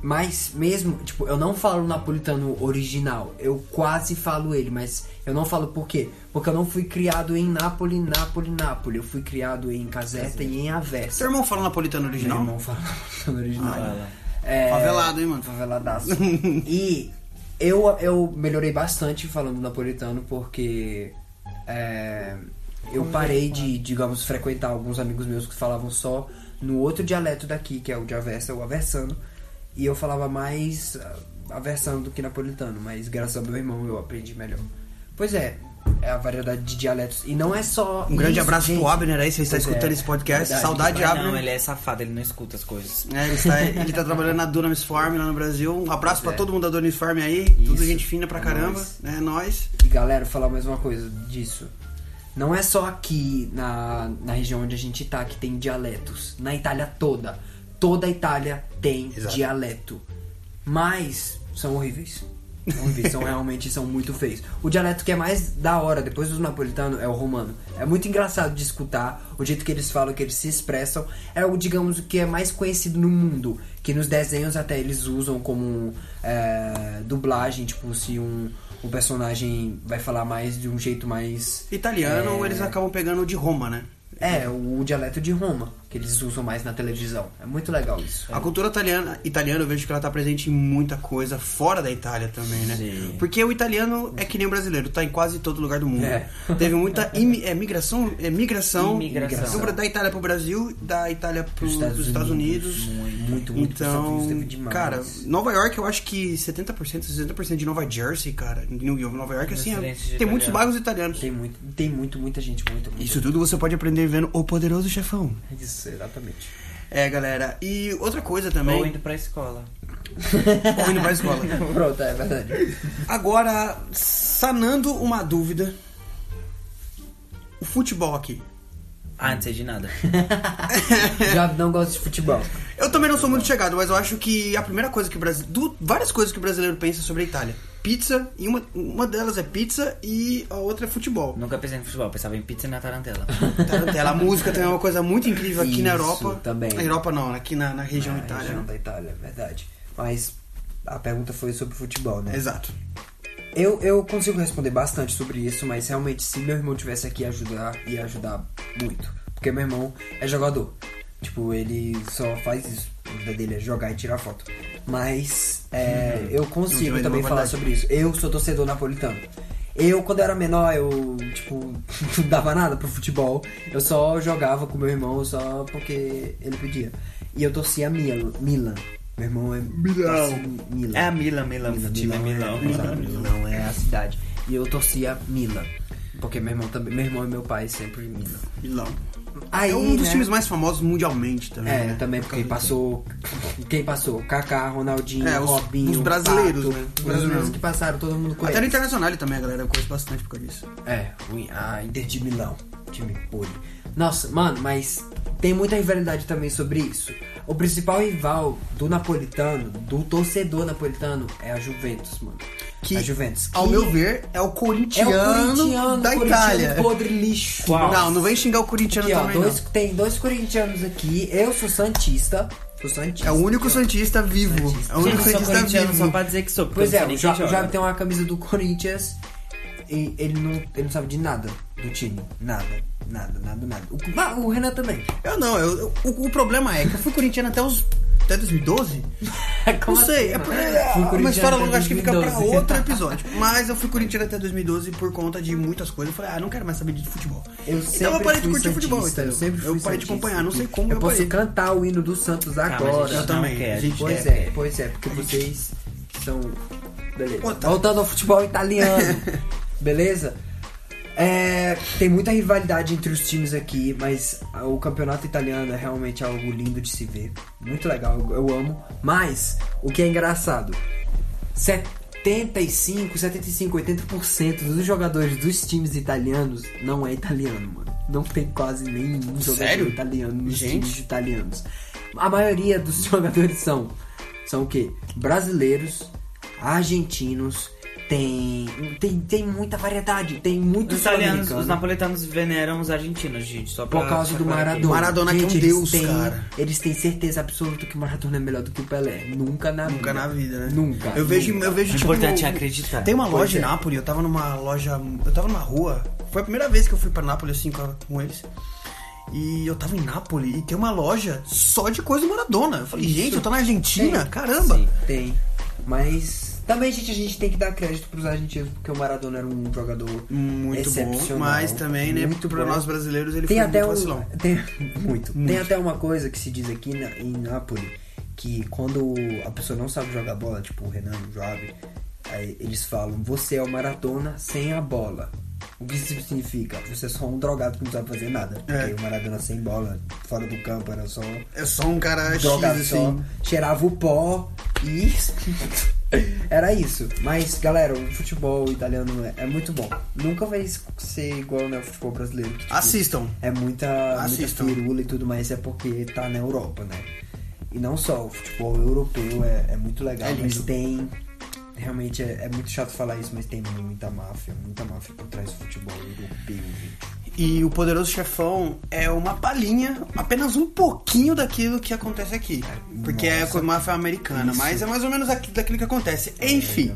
Speaker 2: Mas mesmo, tipo, eu não falo napolitano original. Eu quase falo ele, mas eu não falo por quê? Porque eu não fui criado em Nápoles, Nápoles, Nápoles. Eu fui criado em Caserta e em Aversa.
Speaker 1: Seu irmão fala napolitano
Speaker 2: Meu
Speaker 1: original?
Speaker 2: irmão fala napolitano original.
Speaker 3: Fala.
Speaker 2: É,
Speaker 1: Favelado, hein, mano?
Speaker 2: Faveladaço. e eu, eu melhorei bastante falando napolitano porque é, eu parei de, digamos, frequentar alguns amigos meus que falavam só no outro dialeto daqui, que é o de Aversa, o Aversano. E eu falava mais ah, Aversano do que napolitano, mas graças ao meu irmão eu aprendi melhor. Pois é, é a variedade de dialetos. E não é só.
Speaker 1: Um grande
Speaker 2: isso,
Speaker 1: abraço
Speaker 2: gente.
Speaker 1: pro Abner aí, se ele está
Speaker 2: Pois é,
Speaker 1: escutando esse podcast.
Speaker 2: verdade.
Speaker 1: Saudade, Abner.
Speaker 3: Não, ele é safado, ele não escuta as coisas.
Speaker 1: É, ele, está, ele tá trabalhando na Dunamis Farm lá no Brasil. Um abraço pra
Speaker 2: é.
Speaker 1: todo mundo da Dunamis Farm aí. Tudo
Speaker 2: Isso.
Speaker 1: gente fina pra
Speaker 2: É
Speaker 1: caramba.
Speaker 2: nóis.
Speaker 1: É nóis.
Speaker 2: E galera, falar mais uma coisa disso. Não é só aqui na, na região onde a gente tá que tem dialetos. Na Itália toda. Toda a Itália tem
Speaker 1: Exato.
Speaker 2: dialeto. Mas são horríveis. São Horríveis, são realmente são muito feios. O dialeto que é mais da hora, depois do napolitano, é o romano. É muito engraçado de escutar o jeito que eles falam, que eles se expressam. É o, digamos, o que é mais conhecido no mundo. Que nos desenhos até eles usam como é, dublagem, tipo, se um, um personagem vai falar mais de um jeito mais.
Speaker 1: Italiano,
Speaker 2: É.
Speaker 1: eles acabam pegando de Roma, né?
Speaker 2: É, o dialeto de Roma, que eles usam mais na televisão. É muito legal isso.
Speaker 1: A cultura italiana, italiana, eu vejo que ela tá presente em muita coisa fora da Itália também, né?
Speaker 3: Sim.
Speaker 1: Porque o italiano é que nem o brasileiro, tá em quase todo lugar do mundo.
Speaker 2: É.
Speaker 1: Teve muita imi, é, migração, é, migração,
Speaker 3: Imigração.
Speaker 1: do- da Itália pro Brasil, da Itália pro,
Speaker 2: Dos Estados
Speaker 1: pros Estados Unidos.
Speaker 2: Unidos. né? Muito, muito, muito. Estados
Speaker 1: Então,
Speaker 2: Unidos teve demais.
Speaker 1: cara, Nova York eu acho que 70%, 60% de Nova Jersey, cara, New York, Nova York, assim, é- tem
Speaker 3: Descendentes de
Speaker 1: muitos
Speaker 3: italiano.
Speaker 1: bairros italianos.
Speaker 2: Tem muito, tem muito, muita gente, muito, muito.
Speaker 1: Isso tudo você pode aprender vendo O Poderoso Chefão.
Speaker 2: Isso, exatamente.
Speaker 1: É, galera. E outra coisa também,
Speaker 3: Ou indo pra escola.
Speaker 1: ou indo pra escola.
Speaker 2: Pronto, é verdade.
Speaker 1: Agora, sanando uma dúvida. O futebol aqui.
Speaker 3: Ah, não sei de nada.
Speaker 2: Já não gosto de futebol.
Speaker 1: Eu também não sou muito chegado, mas eu acho que a primeira coisa que o Brasil. du- várias coisas que o brasileiro pensa sobre a Itália. Pizza, e uma, uma delas é pizza e a outra é futebol.
Speaker 3: Nunca pensei em futebol, pensava em pizza e na tarantela.
Speaker 1: Tarantela, a música também é uma coisa muito incrível aqui na
Speaker 2: Isso,
Speaker 1: Europa.
Speaker 2: também.
Speaker 1: Na Europa não, aqui na, na região
Speaker 2: Na
Speaker 1: Itália. né?
Speaker 2: região da Itália, é verdade. Mas a pergunta foi sobre futebol, né?
Speaker 1: Exato.
Speaker 2: Eu, eu consigo responder bastante sobre isso, mas realmente se meu irmão tivesse aqui ajudar, ia ajudar muito. Porque meu irmão é jogador. Tipo, ele só faz isso. A vida dele é jogar e tirar foto. Mas é, eu
Speaker 1: Não
Speaker 2: consigo
Speaker 1: tem
Speaker 2: também
Speaker 1: nenhuma
Speaker 2: falar
Speaker 1: vantagem.
Speaker 2: sobre isso. Eu sou torcedor napolitano. Eu, quando eu era menor, eu, tipo, não dava nada pro futebol. Eu só jogava com meu irmão só porque ele pedia. E eu torcia Mil- Milan. Meu irmão é. torce Milan.
Speaker 3: É a Milan, Milan. O time é Milão.
Speaker 2: Milão, Milão é a cidade. E eu torcia Milan. Porque meu irmão também, meu irmão e meu pai sempre Milan.
Speaker 1: Milão.
Speaker 2: Aí,
Speaker 1: é um dos
Speaker 2: né,
Speaker 1: times mais famosos mundialmente também.
Speaker 2: É,
Speaker 1: né?
Speaker 2: também porque passou quem passou? Kaká, Ronaldinho,
Speaker 1: É, os-
Speaker 2: Robinho,
Speaker 1: os brasileiros, né?
Speaker 2: Pato, Os brasileiros
Speaker 1: Brasileiros.
Speaker 2: que passaram, todo mundo
Speaker 1: Até no
Speaker 2: conhece.
Speaker 1: Internacional também, a galera conhece bastante por causa disso.
Speaker 2: É, o- a Inter de Milão, time podre. Nossa, mano, mas tem muita rivalidade também sobre isso. O principal rival do napolitano, do torcedor napolitano, é a Juventus, mano.
Speaker 1: Que,
Speaker 2: a Juventus.
Speaker 1: Ao
Speaker 2: que-
Speaker 1: meu ver, é o
Speaker 2: É o
Speaker 1: corintiano,
Speaker 2: corintiano
Speaker 1: da
Speaker 2: corintiano
Speaker 1: Itália.
Speaker 2: podre lixo.
Speaker 3: Qual?
Speaker 1: Não, não vem xingar o corintiano
Speaker 2: Aqui, ó,
Speaker 1: também,
Speaker 2: dois,
Speaker 1: não.
Speaker 2: tem dois corintianos aqui. Eu sou santista. Sou santista.
Speaker 1: É o único
Speaker 2: aqui, ó.
Speaker 1: santista vivo.
Speaker 2: Santista.
Speaker 1: É o único
Speaker 3: Gente, eu sou
Speaker 1: santista
Speaker 3: corintiano só
Speaker 1: vivo.
Speaker 3: pra dizer que sou. porque
Speaker 2: Pois
Speaker 3: eu
Speaker 2: é,
Speaker 3: não
Speaker 2: o
Speaker 3: sei
Speaker 2: Ja-
Speaker 3: nem quem
Speaker 2: o Javi
Speaker 3: joga.
Speaker 2: tem uma camisa do Corinthians e ele não, ele não sabe de nada do time. Nada, nada, nada, nada. O, ah, o Renan também.
Speaker 1: Eu não, eu, eu- o, o problema é que eu fui corintiano até os. Até 2012?
Speaker 2: Como
Speaker 1: não sei,
Speaker 2: assim,
Speaker 1: é
Speaker 2: mano?
Speaker 1: porque
Speaker 2: Fui
Speaker 1: é uma
Speaker 2: corintiano
Speaker 1: história
Speaker 2: até
Speaker 1: longa, acho que fica pra
Speaker 2: 2012.
Speaker 1: outro episódio. Mas eu fui corintiano até 2012 por conta de muitas coisas. Eu falei, ah, não quero mais saber de futebol. então
Speaker 2: Eu
Speaker 1: eu
Speaker 2: sempre
Speaker 1: parei de
Speaker 2: fui
Speaker 1: curtir futebol,
Speaker 2: santista,
Speaker 1: entendeu?
Speaker 2: Eu, sempre fui
Speaker 1: eu parei de
Speaker 2: santista.
Speaker 1: acompanhar, não sei como
Speaker 2: Eu
Speaker 1: eu,
Speaker 2: posso
Speaker 1: parei.
Speaker 2: cantar o hino do Santos agora.
Speaker 3: gente,
Speaker 1: Eu também.
Speaker 3: quero.
Speaker 1: gente,
Speaker 2: Pois é, pois é, porque vocês são. Beleza.
Speaker 1: Outra.
Speaker 2: Tá Voltando ao futebol italiano, beleza? É, tem muita rivalidade entre os times aqui, mas o campeonato italiano é realmente algo lindo de se ver. Muito legal, eu amo. Mas, o que é engraçado, 75, 75, 80% dos jogadores dos times italianos não é italiano, mano. Não tem quase nenhum jogador
Speaker 1: Sério?
Speaker 2: italiano nos
Speaker 1: Gente.
Speaker 2: times italianos. A maioria dos jogadores são são o quê? Brasileiros, argentinos, tem tem, tem muita variedade, tem muito
Speaker 3: Os italianos, os
Speaker 2: sul-americano.
Speaker 3: napolitanos veneram os argentinos, gente. Só pra,
Speaker 2: Por causa
Speaker 3: só
Speaker 2: do
Speaker 3: pra-
Speaker 2: Maradona.
Speaker 1: Maradona que é um
Speaker 2: Gente, eles
Speaker 1: deus,
Speaker 2: têm-
Speaker 1: cara.
Speaker 2: Eles têm certeza absoluta que o Maradona é melhor do que o Pelé. Nunca na vida.
Speaker 1: Nunca na vida, né?
Speaker 2: Nunca.
Speaker 1: Eu vejo,
Speaker 2: nunca.
Speaker 1: eu vejo
Speaker 3: O
Speaker 1: tipo,
Speaker 3: importante
Speaker 1: um-
Speaker 3: é acreditar.
Speaker 1: Tem uma
Speaker 2: Pois
Speaker 1: loja
Speaker 2: é.
Speaker 1: em Nápoles, eu tava numa loja. Eu tava numa rua. Foi a primeira vez que eu fui pra Nápoles assim com, com eles. E eu tava em Nápoles e tem uma loja só de coisa do Maradona. Eu falei, gente, eu tô na Argentina?
Speaker 2: Tem.
Speaker 1: Caramba!
Speaker 2: Sim, tem. Mas também, gente, a gente tem que dar crédito pros argentinos, porque o Maradona era um jogador
Speaker 1: Muito bom.
Speaker 2: excepcional.
Speaker 1: Mas também, né,
Speaker 2: muito
Speaker 1: pra
Speaker 2: bom.
Speaker 1: nós brasileiros ele
Speaker 2: tem
Speaker 1: foi
Speaker 2: até
Speaker 1: muito
Speaker 2: um,
Speaker 1: vacilão.
Speaker 2: tem, muito. Tem
Speaker 1: Muito.
Speaker 2: até uma coisa que se diz aqui na- em Nápoles, que quando a pessoa não sabe jogar bola, tipo o Renan, o Jovem, aí eles falam, você é o Maradona sem a bola. O que isso significa? Você é só um drogado que não sabe fazer nada. Porque
Speaker 1: É.
Speaker 2: o Maradona sem bola, fora do campo, era só
Speaker 1: É só um cara X
Speaker 2: drogado só,
Speaker 1: assim.
Speaker 2: cheirava o pó e. Era isso. Mas, galera, o futebol italiano é, é muito bom. Nunca vai ser igual né, ao futebol brasileiro. Que, tipo,
Speaker 1: Assistam.
Speaker 2: É muita, muita
Speaker 1: Assistam.
Speaker 2: firula e tudo mais, é porque tá na Europa, né? E não só, o futebol europeu é, é muito legal,
Speaker 1: É
Speaker 2: mas
Speaker 1: lindo.
Speaker 2: tem. Realmente é, é muito chato falar isso, mas tem muita máfia, muita máfia por trás do futebol europeu, gente.
Speaker 1: E o Poderoso Chefão é uma palhinha, apenas um pouquinho daquilo que acontece aqui. Porque é com a máfia americana,
Speaker 2: Isso.
Speaker 1: mas é mais ou menos aqui- daquilo que acontece. Enfim.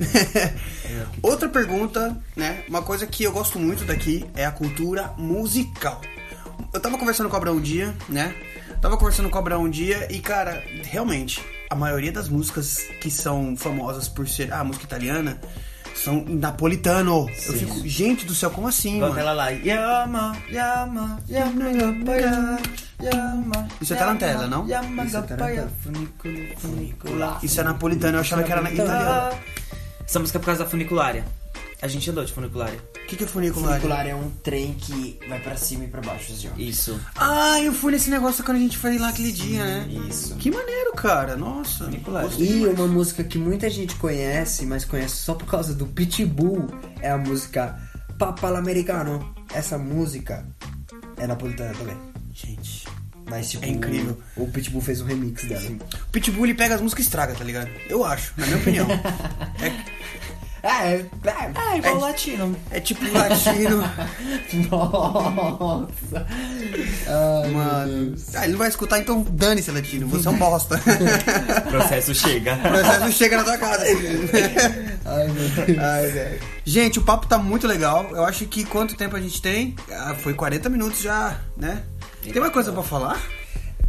Speaker 1: Outra pergunta, né? Uma coisa que eu gosto muito daqui é a cultura musical. Eu tava conversando com o Abraão um dia, né? Tava conversando com o Abraão um dia e, cara, realmente, a maioria das músicas que são famosas por ser ah, música italiana são em napolitano. Eu
Speaker 3: Sim.
Speaker 1: fico, gente do céu, como assim,
Speaker 3: Igual
Speaker 1: mano?
Speaker 3: aquela lá. Yama, yama, yama, gapaya, yama.
Speaker 1: Isso é tarantela,
Speaker 3: yama,
Speaker 1: não?
Speaker 3: Yama,
Speaker 2: Isso é
Speaker 3: gapaya,
Speaker 2: tarantela.
Speaker 3: funiculi, funicula.
Speaker 1: Isso é napolitano, eu achava que era na
Speaker 2: é
Speaker 1: italiana.
Speaker 3: Ah. Essa música é por causa da funiculária. A gente andou de funiculária.
Speaker 1: O que, que é funicular?
Speaker 2: funicular é um trem que vai pra cima e pra baixo, assim, ó.
Speaker 3: Isso.
Speaker 1: Ah, eu fui nesse negócio quando a gente foi lá aquele dia, né?
Speaker 3: isso.
Speaker 1: Que maneiro, cara. Nossa. Funicular.
Speaker 2: E uma música que muita gente conhece, mas conhece só por causa do Pitbull, é a música Papal Americano. Essa música é napolitana também.
Speaker 1: Gente.
Speaker 2: Mas tipo,
Speaker 1: É incrível.
Speaker 2: o Pitbull fez um remix dela.
Speaker 1: O Pitbull ele pega as músicas e estraga, tá ligado? Eu acho, na minha opinião.
Speaker 2: Ah, é. é-
Speaker 3: Ah, igual o latino.
Speaker 1: é tipo um latino.
Speaker 2: Nossa! Ai, meu
Speaker 1: Mano.
Speaker 2: Deus.
Speaker 1: Ah, ele não vai escutar, então dane-se, latino. Você é um bosta.
Speaker 3: O processo chega.
Speaker 1: O processo chega na tua casa. assim.
Speaker 2: Ai, meu Deus.
Speaker 1: Ai, velho. Gente, o papo tá muito legal. Eu acho que quanto tempo a gente tem? Ah, foi 40 minutos já, né? Tem uma coisa pra falar?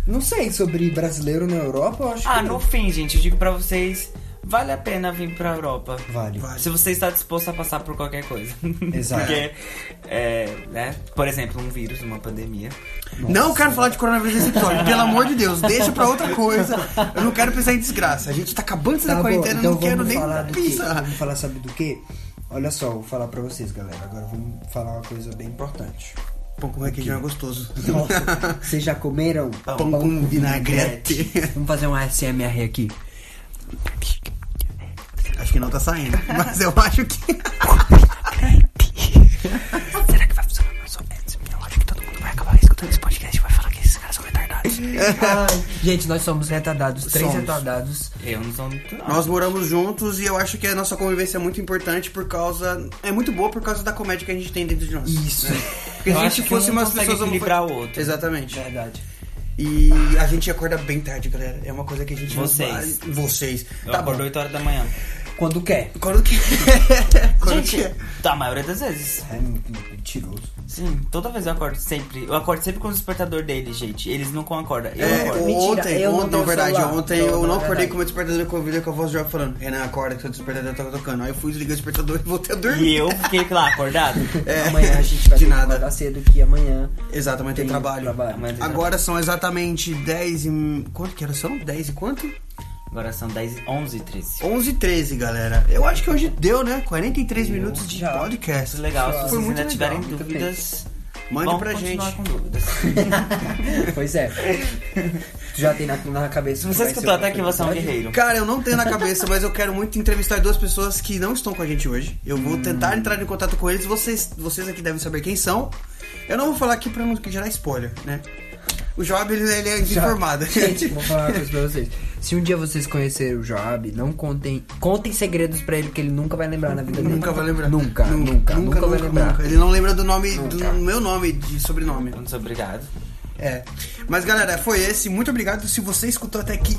Speaker 2: Não sei sobre brasileiro na Europa, eu acho que.
Speaker 3: Ah,
Speaker 2: tá
Speaker 3: no fim, gente, eu digo pra vocês, vale a pena vir pra Europa.
Speaker 2: Vale.
Speaker 1: Vai.
Speaker 3: Se você está disposto a passar por qualquer coisa.
Speaker 2: Exato.
Speaker 3: Porque, é, né? Por exemplo, um vírus, uma pandemia.
Speaker 1: Não quero falar de coronavírus nesse episódio, pelo amor de Deus, deixa pra outra coisa. Eu não quero pensar em desgraça. A gente tá acabando de sair
Speaker 2: Tá
Speaker 1: da
Speaker 2: bom,
Speaker 1: quarentena, eu
Speaker 2: então
Speaker 1: não quero
Speaker 2: vamos
Speaker 1: nem
Speaker 2: falar do quê?
Speaker 1: pensar.
Speaker 2: Vamos falar, sabe do quê? Olha só, vou falar pra vocês, galera. Agora vamos falar uma coisa bem importante.
Speaker 1: Pão com requeijão é gostoso.
Speaker 2: Nossa, vocês já comeram
Speaker 1: Pão com vinagrete.
Speaker 2: Vamos fazer um ASMR aqui.
Speaker 1: Acho que não tá saindo, mas eu acho que.
Speaker 4: Será que vai funcionar mais ou menos? Eu acho que todo mundo vai acabar escutando esse podcast e vai falar que esses caras são retardados.
Speaker 2: Gente, nós somos retardados, três
Speaker 1: Somos.
Speaker 2: retardados.
Speaker 3: Eu não sou muito. não.
Speaker 1: Nós moramos juntos e eu acho que a nossa convivência é muito importante por causa. É muito boa por causa da comédia que a gente tem dentro de nós.
Speaker 2: Isso.
Speaker 1: Porque
Speaker 3: Eu
Speaker 1: se a
Speaker 3: acho
Speaker 1: gente
Speaker 3: que
Speaker 1: fosse
Speaker 3: um
Speaker 1: umas
Speaker 3: consegue
Speaker 1: pessoas
Speaker 3: equilibrar
Speaker 1: homofo-
Speaker 3: o outro.
Speaker 1: Exatamente.
Speaker 2: É Verdade.
Speaker 1: E a gente acorda bem tarde, galera. É uma coisa que a gente não
Speaker 3: Vocês.
Speaker 1: faz. Vocês.
Speaker 3: Eu
Speaker 1: tá
Speaker 3: acordo
Speaker 1: bom.
Speaker 3: 8 horas da manhã.
Speaker 2: Quando quer.
Speaker 1: Quando que. Quando
Speaker 3: gente,
Speaker 1: que.
Speaker 3: da Tá, maioria das vezes.
Speaker 2: É muito mentiroso.
Speaker 3: Sim, toda vez eu acordo sempre. Eu acordo sempre com o despertador deles, gente. Eles não acordam. Eu
Speaker 1: É,
Speaker 3: acordo.
Speaker 2: Mentira,
Speaker 1: ontem,
Speaker 2: eu não
Speaker 1: ontem,
Speaker 2: tenho
Speaker 1: na verdade,
Speaker 2: celular.
Speaker 1: ontem
Speaker 2: Não,
Speaker 1: eu
Speaker 2: não,
Speaker 1: não
Speaker 2: é
Speaker 1: acordei
Speaker 2: verdade.
Speaker 1: com o meu despertador com eu vídeo com a voz do Jorge falando, Renan, acorda que seu despertador tá tocando. Aí eu fui desliguei o despertador e voltei a dormir.
Speaker 3: E eu fiquei lá acordado.
Speaker 1: É,
Speaker 2: Amanhã a gente vai
Speaker 1: de
Speaker 2: ter que
Speaker 1: nada.
Speaker 2: acordar cedo que amanhã.
Speaker 1: Exatamente, tem,
Speaker 2: Tem
Speaker 1: trabalho.
Speaker 2: trabalho.
Speaker 3: Amanhã tem
Speaker 1: Agora são exatamente 10 e... Quanto que era? São 10 e quanto?
Speaker 3: Agora são 10, 11 e 13.
Speaker 1: 11 e 13, galera. Eu acho que hoje deu, né? 43 minutos de
Speaker 2: Já.
Speaker 1: podcast.
Speaker 3: Muito é legal. Se
Speaker 1: Foi
Speaker 3: vocês
Speaker 1: muito
Speaker 3: ainda tiverem
Speaker 1: legal,
Speaker 2: muito
Speaker 3: dúvidas,
Speaker 1: Mande
Speaker 3: Vamos
Speaker 1: pra
Speaker 3: continuar
Speaker 1: gente.
Speaker 3: com dúvidas.
Speaker 2: Pois é. tu já tem na, na cabeça.
Speaker 3: Se você
Speaker 2: que vai ser
Speaker 3: escutou
Speaker 2: o
Speaker 3: até aqui,
Speaker 2: próximo
Speaker 3: você é um
Speaker 2: episódio?
Speaker 3: guerreiro.
Speaker 1: Cara, eu não tenho na cabeça, mas eu quero muito entrevistar duas pessoas que não estão com a gente hoje. Eu vou tentar
Speaker 2: Hum.
Speaker 1: entrar em contato com eles. Vocês, vocês aqui devem saber quem são. Eu não vou falar aqui pra não gerar spoiler, né? O Job, ele, ele é
Speaker 2: Já-
Speaker 1: informado.
Speaker 2: Gente, vou falar uma coisa pra vocês. Se um dia vocês conhecerem o Joab, não contem. Contem segredos pra ele que ele nunca vai lembrar na vida
Speaker 1: Tipo,
Speaker 2: dele.
Speaker 1: Nunca vai lembrar.
Speaker 2: Nunca, nunca, nunca, vai lembrar.
Speaker 1: nunca. Ele não lembra do nome, do meu nome, de sobrenome.
Speaker 3: Muito obrigado.
Speaker 1: É. Mas galera, foi esse. Muito obrigado se você escutou até aqui.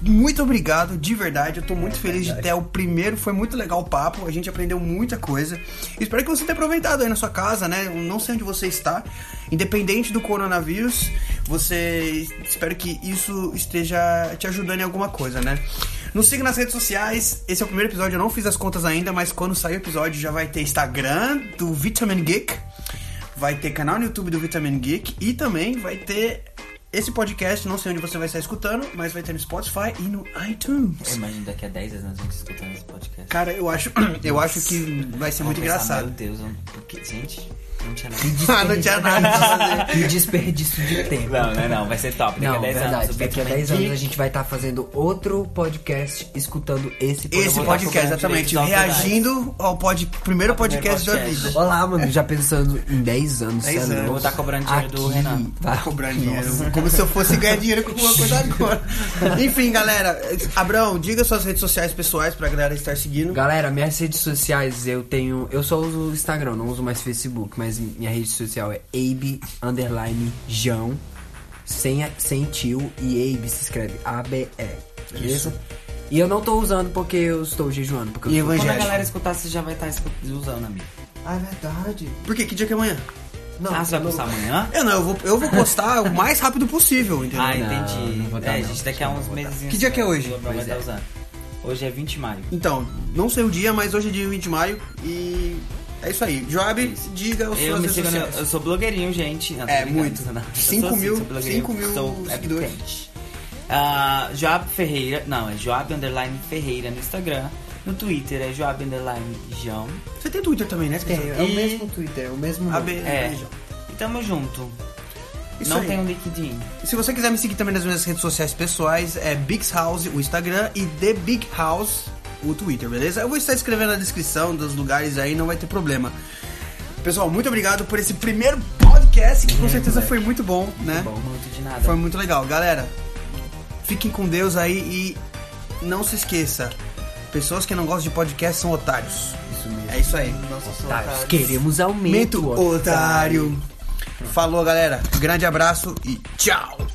Speaker 1: Muito obrigado, de verdade. Eu tô muito feliz de ter o primeiro. Foi muito legal o papo. A gente aprendeu muita coisa. Espero que você tenha aproveitado aí na sua casa, né? Eu Não sei onde você está. Independente do coronavírus, você. Espero que isso esteja te ajudando em alguma coisa, né? Nos siga nas redes sociais. Esse é o primeiro episódio. Eu não fiz as contas ainda, mas quando sair o episódio já vai ter Instagram do Vitamin Geek. Vai ter canal no YouTube do Vitamin Geek e também vai ter esse podcast, não sei onde você vai estar escutando, mas vai ter no Spotify e no
Speaker 3: Eu
Speaker 1: iTunes.
Speaker 3: imagino daqui a 10 anos a gente escutando esse podcast.
Speaker 1: Cara, eu acho, eu acho que vai ser é muito
Speaker 3: Vamos pensar,
Speaker 1: engraçado.
Speaker 3: Meu Deus, eu- porque, gente, não tinha nada.
Speaker 1: Ah, não tinha nada pra fazer.
Speaker 2: Que desperdício de tempo.
Speaker 3: Não, é não, não, vai ser top. Daqui a
Speaker 2: Não,
Speaker 3: 10
Speaker 2: verdade.
Speaker 3: anos. o
Speaker 2: Daqui a
Speaker 3: Beatman
Speaker 2: 10 anos a
Speaker 3: Geek-
Speaker 2: gente vai estar fazendo outro podcast escutando esse podcast.
Speaker 1: Esse
Speaker 3: vou
Speaker 1: podcast,
Speaker 3: dar com o
Speaker 1: exatamente,
Speaker 3: direito de autorais.
Speaker 1: reagindo ao pod, primeiro podcast da
Speaker 3: podcast.
Speaker 1: vida.
Speaker 2: Olá, mano, já pensando em 10 anos.
Speaker 1: 10
Speaker 2: cê é
Speaker 1: anos.
Speaker 2: louco.
Speaker 1: Vou
Speaker 3: tá cobrando dinheiro do
Speaker 2: Aqui,
Speaker 3: Renan. Tá
Speaker 2: vai.
Speaker 1: Cobrar dinheiro, como se eu fosse ganhar dinheiro com alguma coisa agora. Enfim, galera, Abrão, diga suas redes sociais pessoais pra galera estar seguindo.
Speaker 2: Galera, minhas redes sociais eu tenho. Eu só uso o Instagram, não uso mais Facebook, mas minha rede social é Abe underline Jão. Sem, a- sem tio e Abe se escreve A-B-E. Beleza? E eu não tô usando porque eu estou jejuando. Porque
Speaker 1: E
Speaker 2: eu tô...
Speaker 1: evangélico.
Speaker 3: Quando a
Speaker 1: Gente.
Speaker 3: galera escutar, você já vai estar escu- usando, amigo.
Speaker 2: Ah, verdade.
Speaker 1: Por quê? Que dia que é amanhã?
Speaker 2: Não,
Speaker 3: Ah, você vai
Speaker 2: não-
Speaker 3: postar amanhã?
Speaker 1: Eu não, eu vou, eu vou postar o mais rápido possível, entendeu?
Speaker 3: Ah,
Speaker 2: não
Speaker 3: entendi.
Speaker 2: vou dar,
Speaker 3: é,
Speaker 2: não.
Speaker 3: gente, daqui a uns meses.
Speaker 1: Que dia que é hoje?
Speaker 3: Vai
Speaker 2: Pois
Speaker 3: estar
Speaker 2: é.
Speaker 3: usando. Hoje é 20 de maio.
Speaker 1: Então, não sei o dia, mas hoje é dia 20 de maio e é isso aí. Joab, diga os
Speaker 3: Eu,
Speaker 1: seus
Speaker 3: me sigo no-
Speaker 1: sociais.
Speaker 3: eu sou blogueirinho, gente. Não, tô
Speaker 1: É,
Speaker 3: brincando,
Speaker 1: muito.
Speaker 3: sou não. Eu
Speaker 1: Cinco
Speaker 3: sou sim,
Speaker 1: mil-
Speaker 3: sou blogueirinho,
Speaker 1: cinco mil
Speaker 3: sou- é
Speaker 1: seguidores.
Speaker 3: crente. Ah, Joab Ferreira. Não, é Joab Underline Ferreira no Instagram. No Twitter é Joab Underline João.
Speaker 1: Você tem Twitter também, né?
Speaker 2: Tem, é
Speaker 3: E-
Speaker 2: o mesmo Twitter, é o mesmo. nome.
Speaker 1: AB,
Speaker 3: É.
Speaker 1: João.
Speaker 3: E tamo junto.
Speaker 1: Isso
Speaker 3: Não
Speaker 1: aí.
Speaker 3: tem um LinkedIn.
Speaker 1: Se você quiser me seguir também nas minhas redes sociais pessoais, é Big's House, o Instagram, e The Big House, o Twitter, beleza? Eu vou estar escrevendo na descrição dos lugares aí, não vai ter problema. Pessoal, muito obrigado por esse primeiro podcast, que com certeza foi muito bom, né?
Speaker 3: Bom, Uhum. muito de nada.
Speaker 1: Foi muito legal. Galera, fiquem com Deus aí e não se esqueça: pessoas que não gostam de podcast são otários.
Speaker 2: Isso mesmo.
Speaker 1: É isso aí.
Speaker 2: Tá, queremos aumento.
Speaker 1: Tá. Mento otário. Falou, galera. Grande abraço e tchau.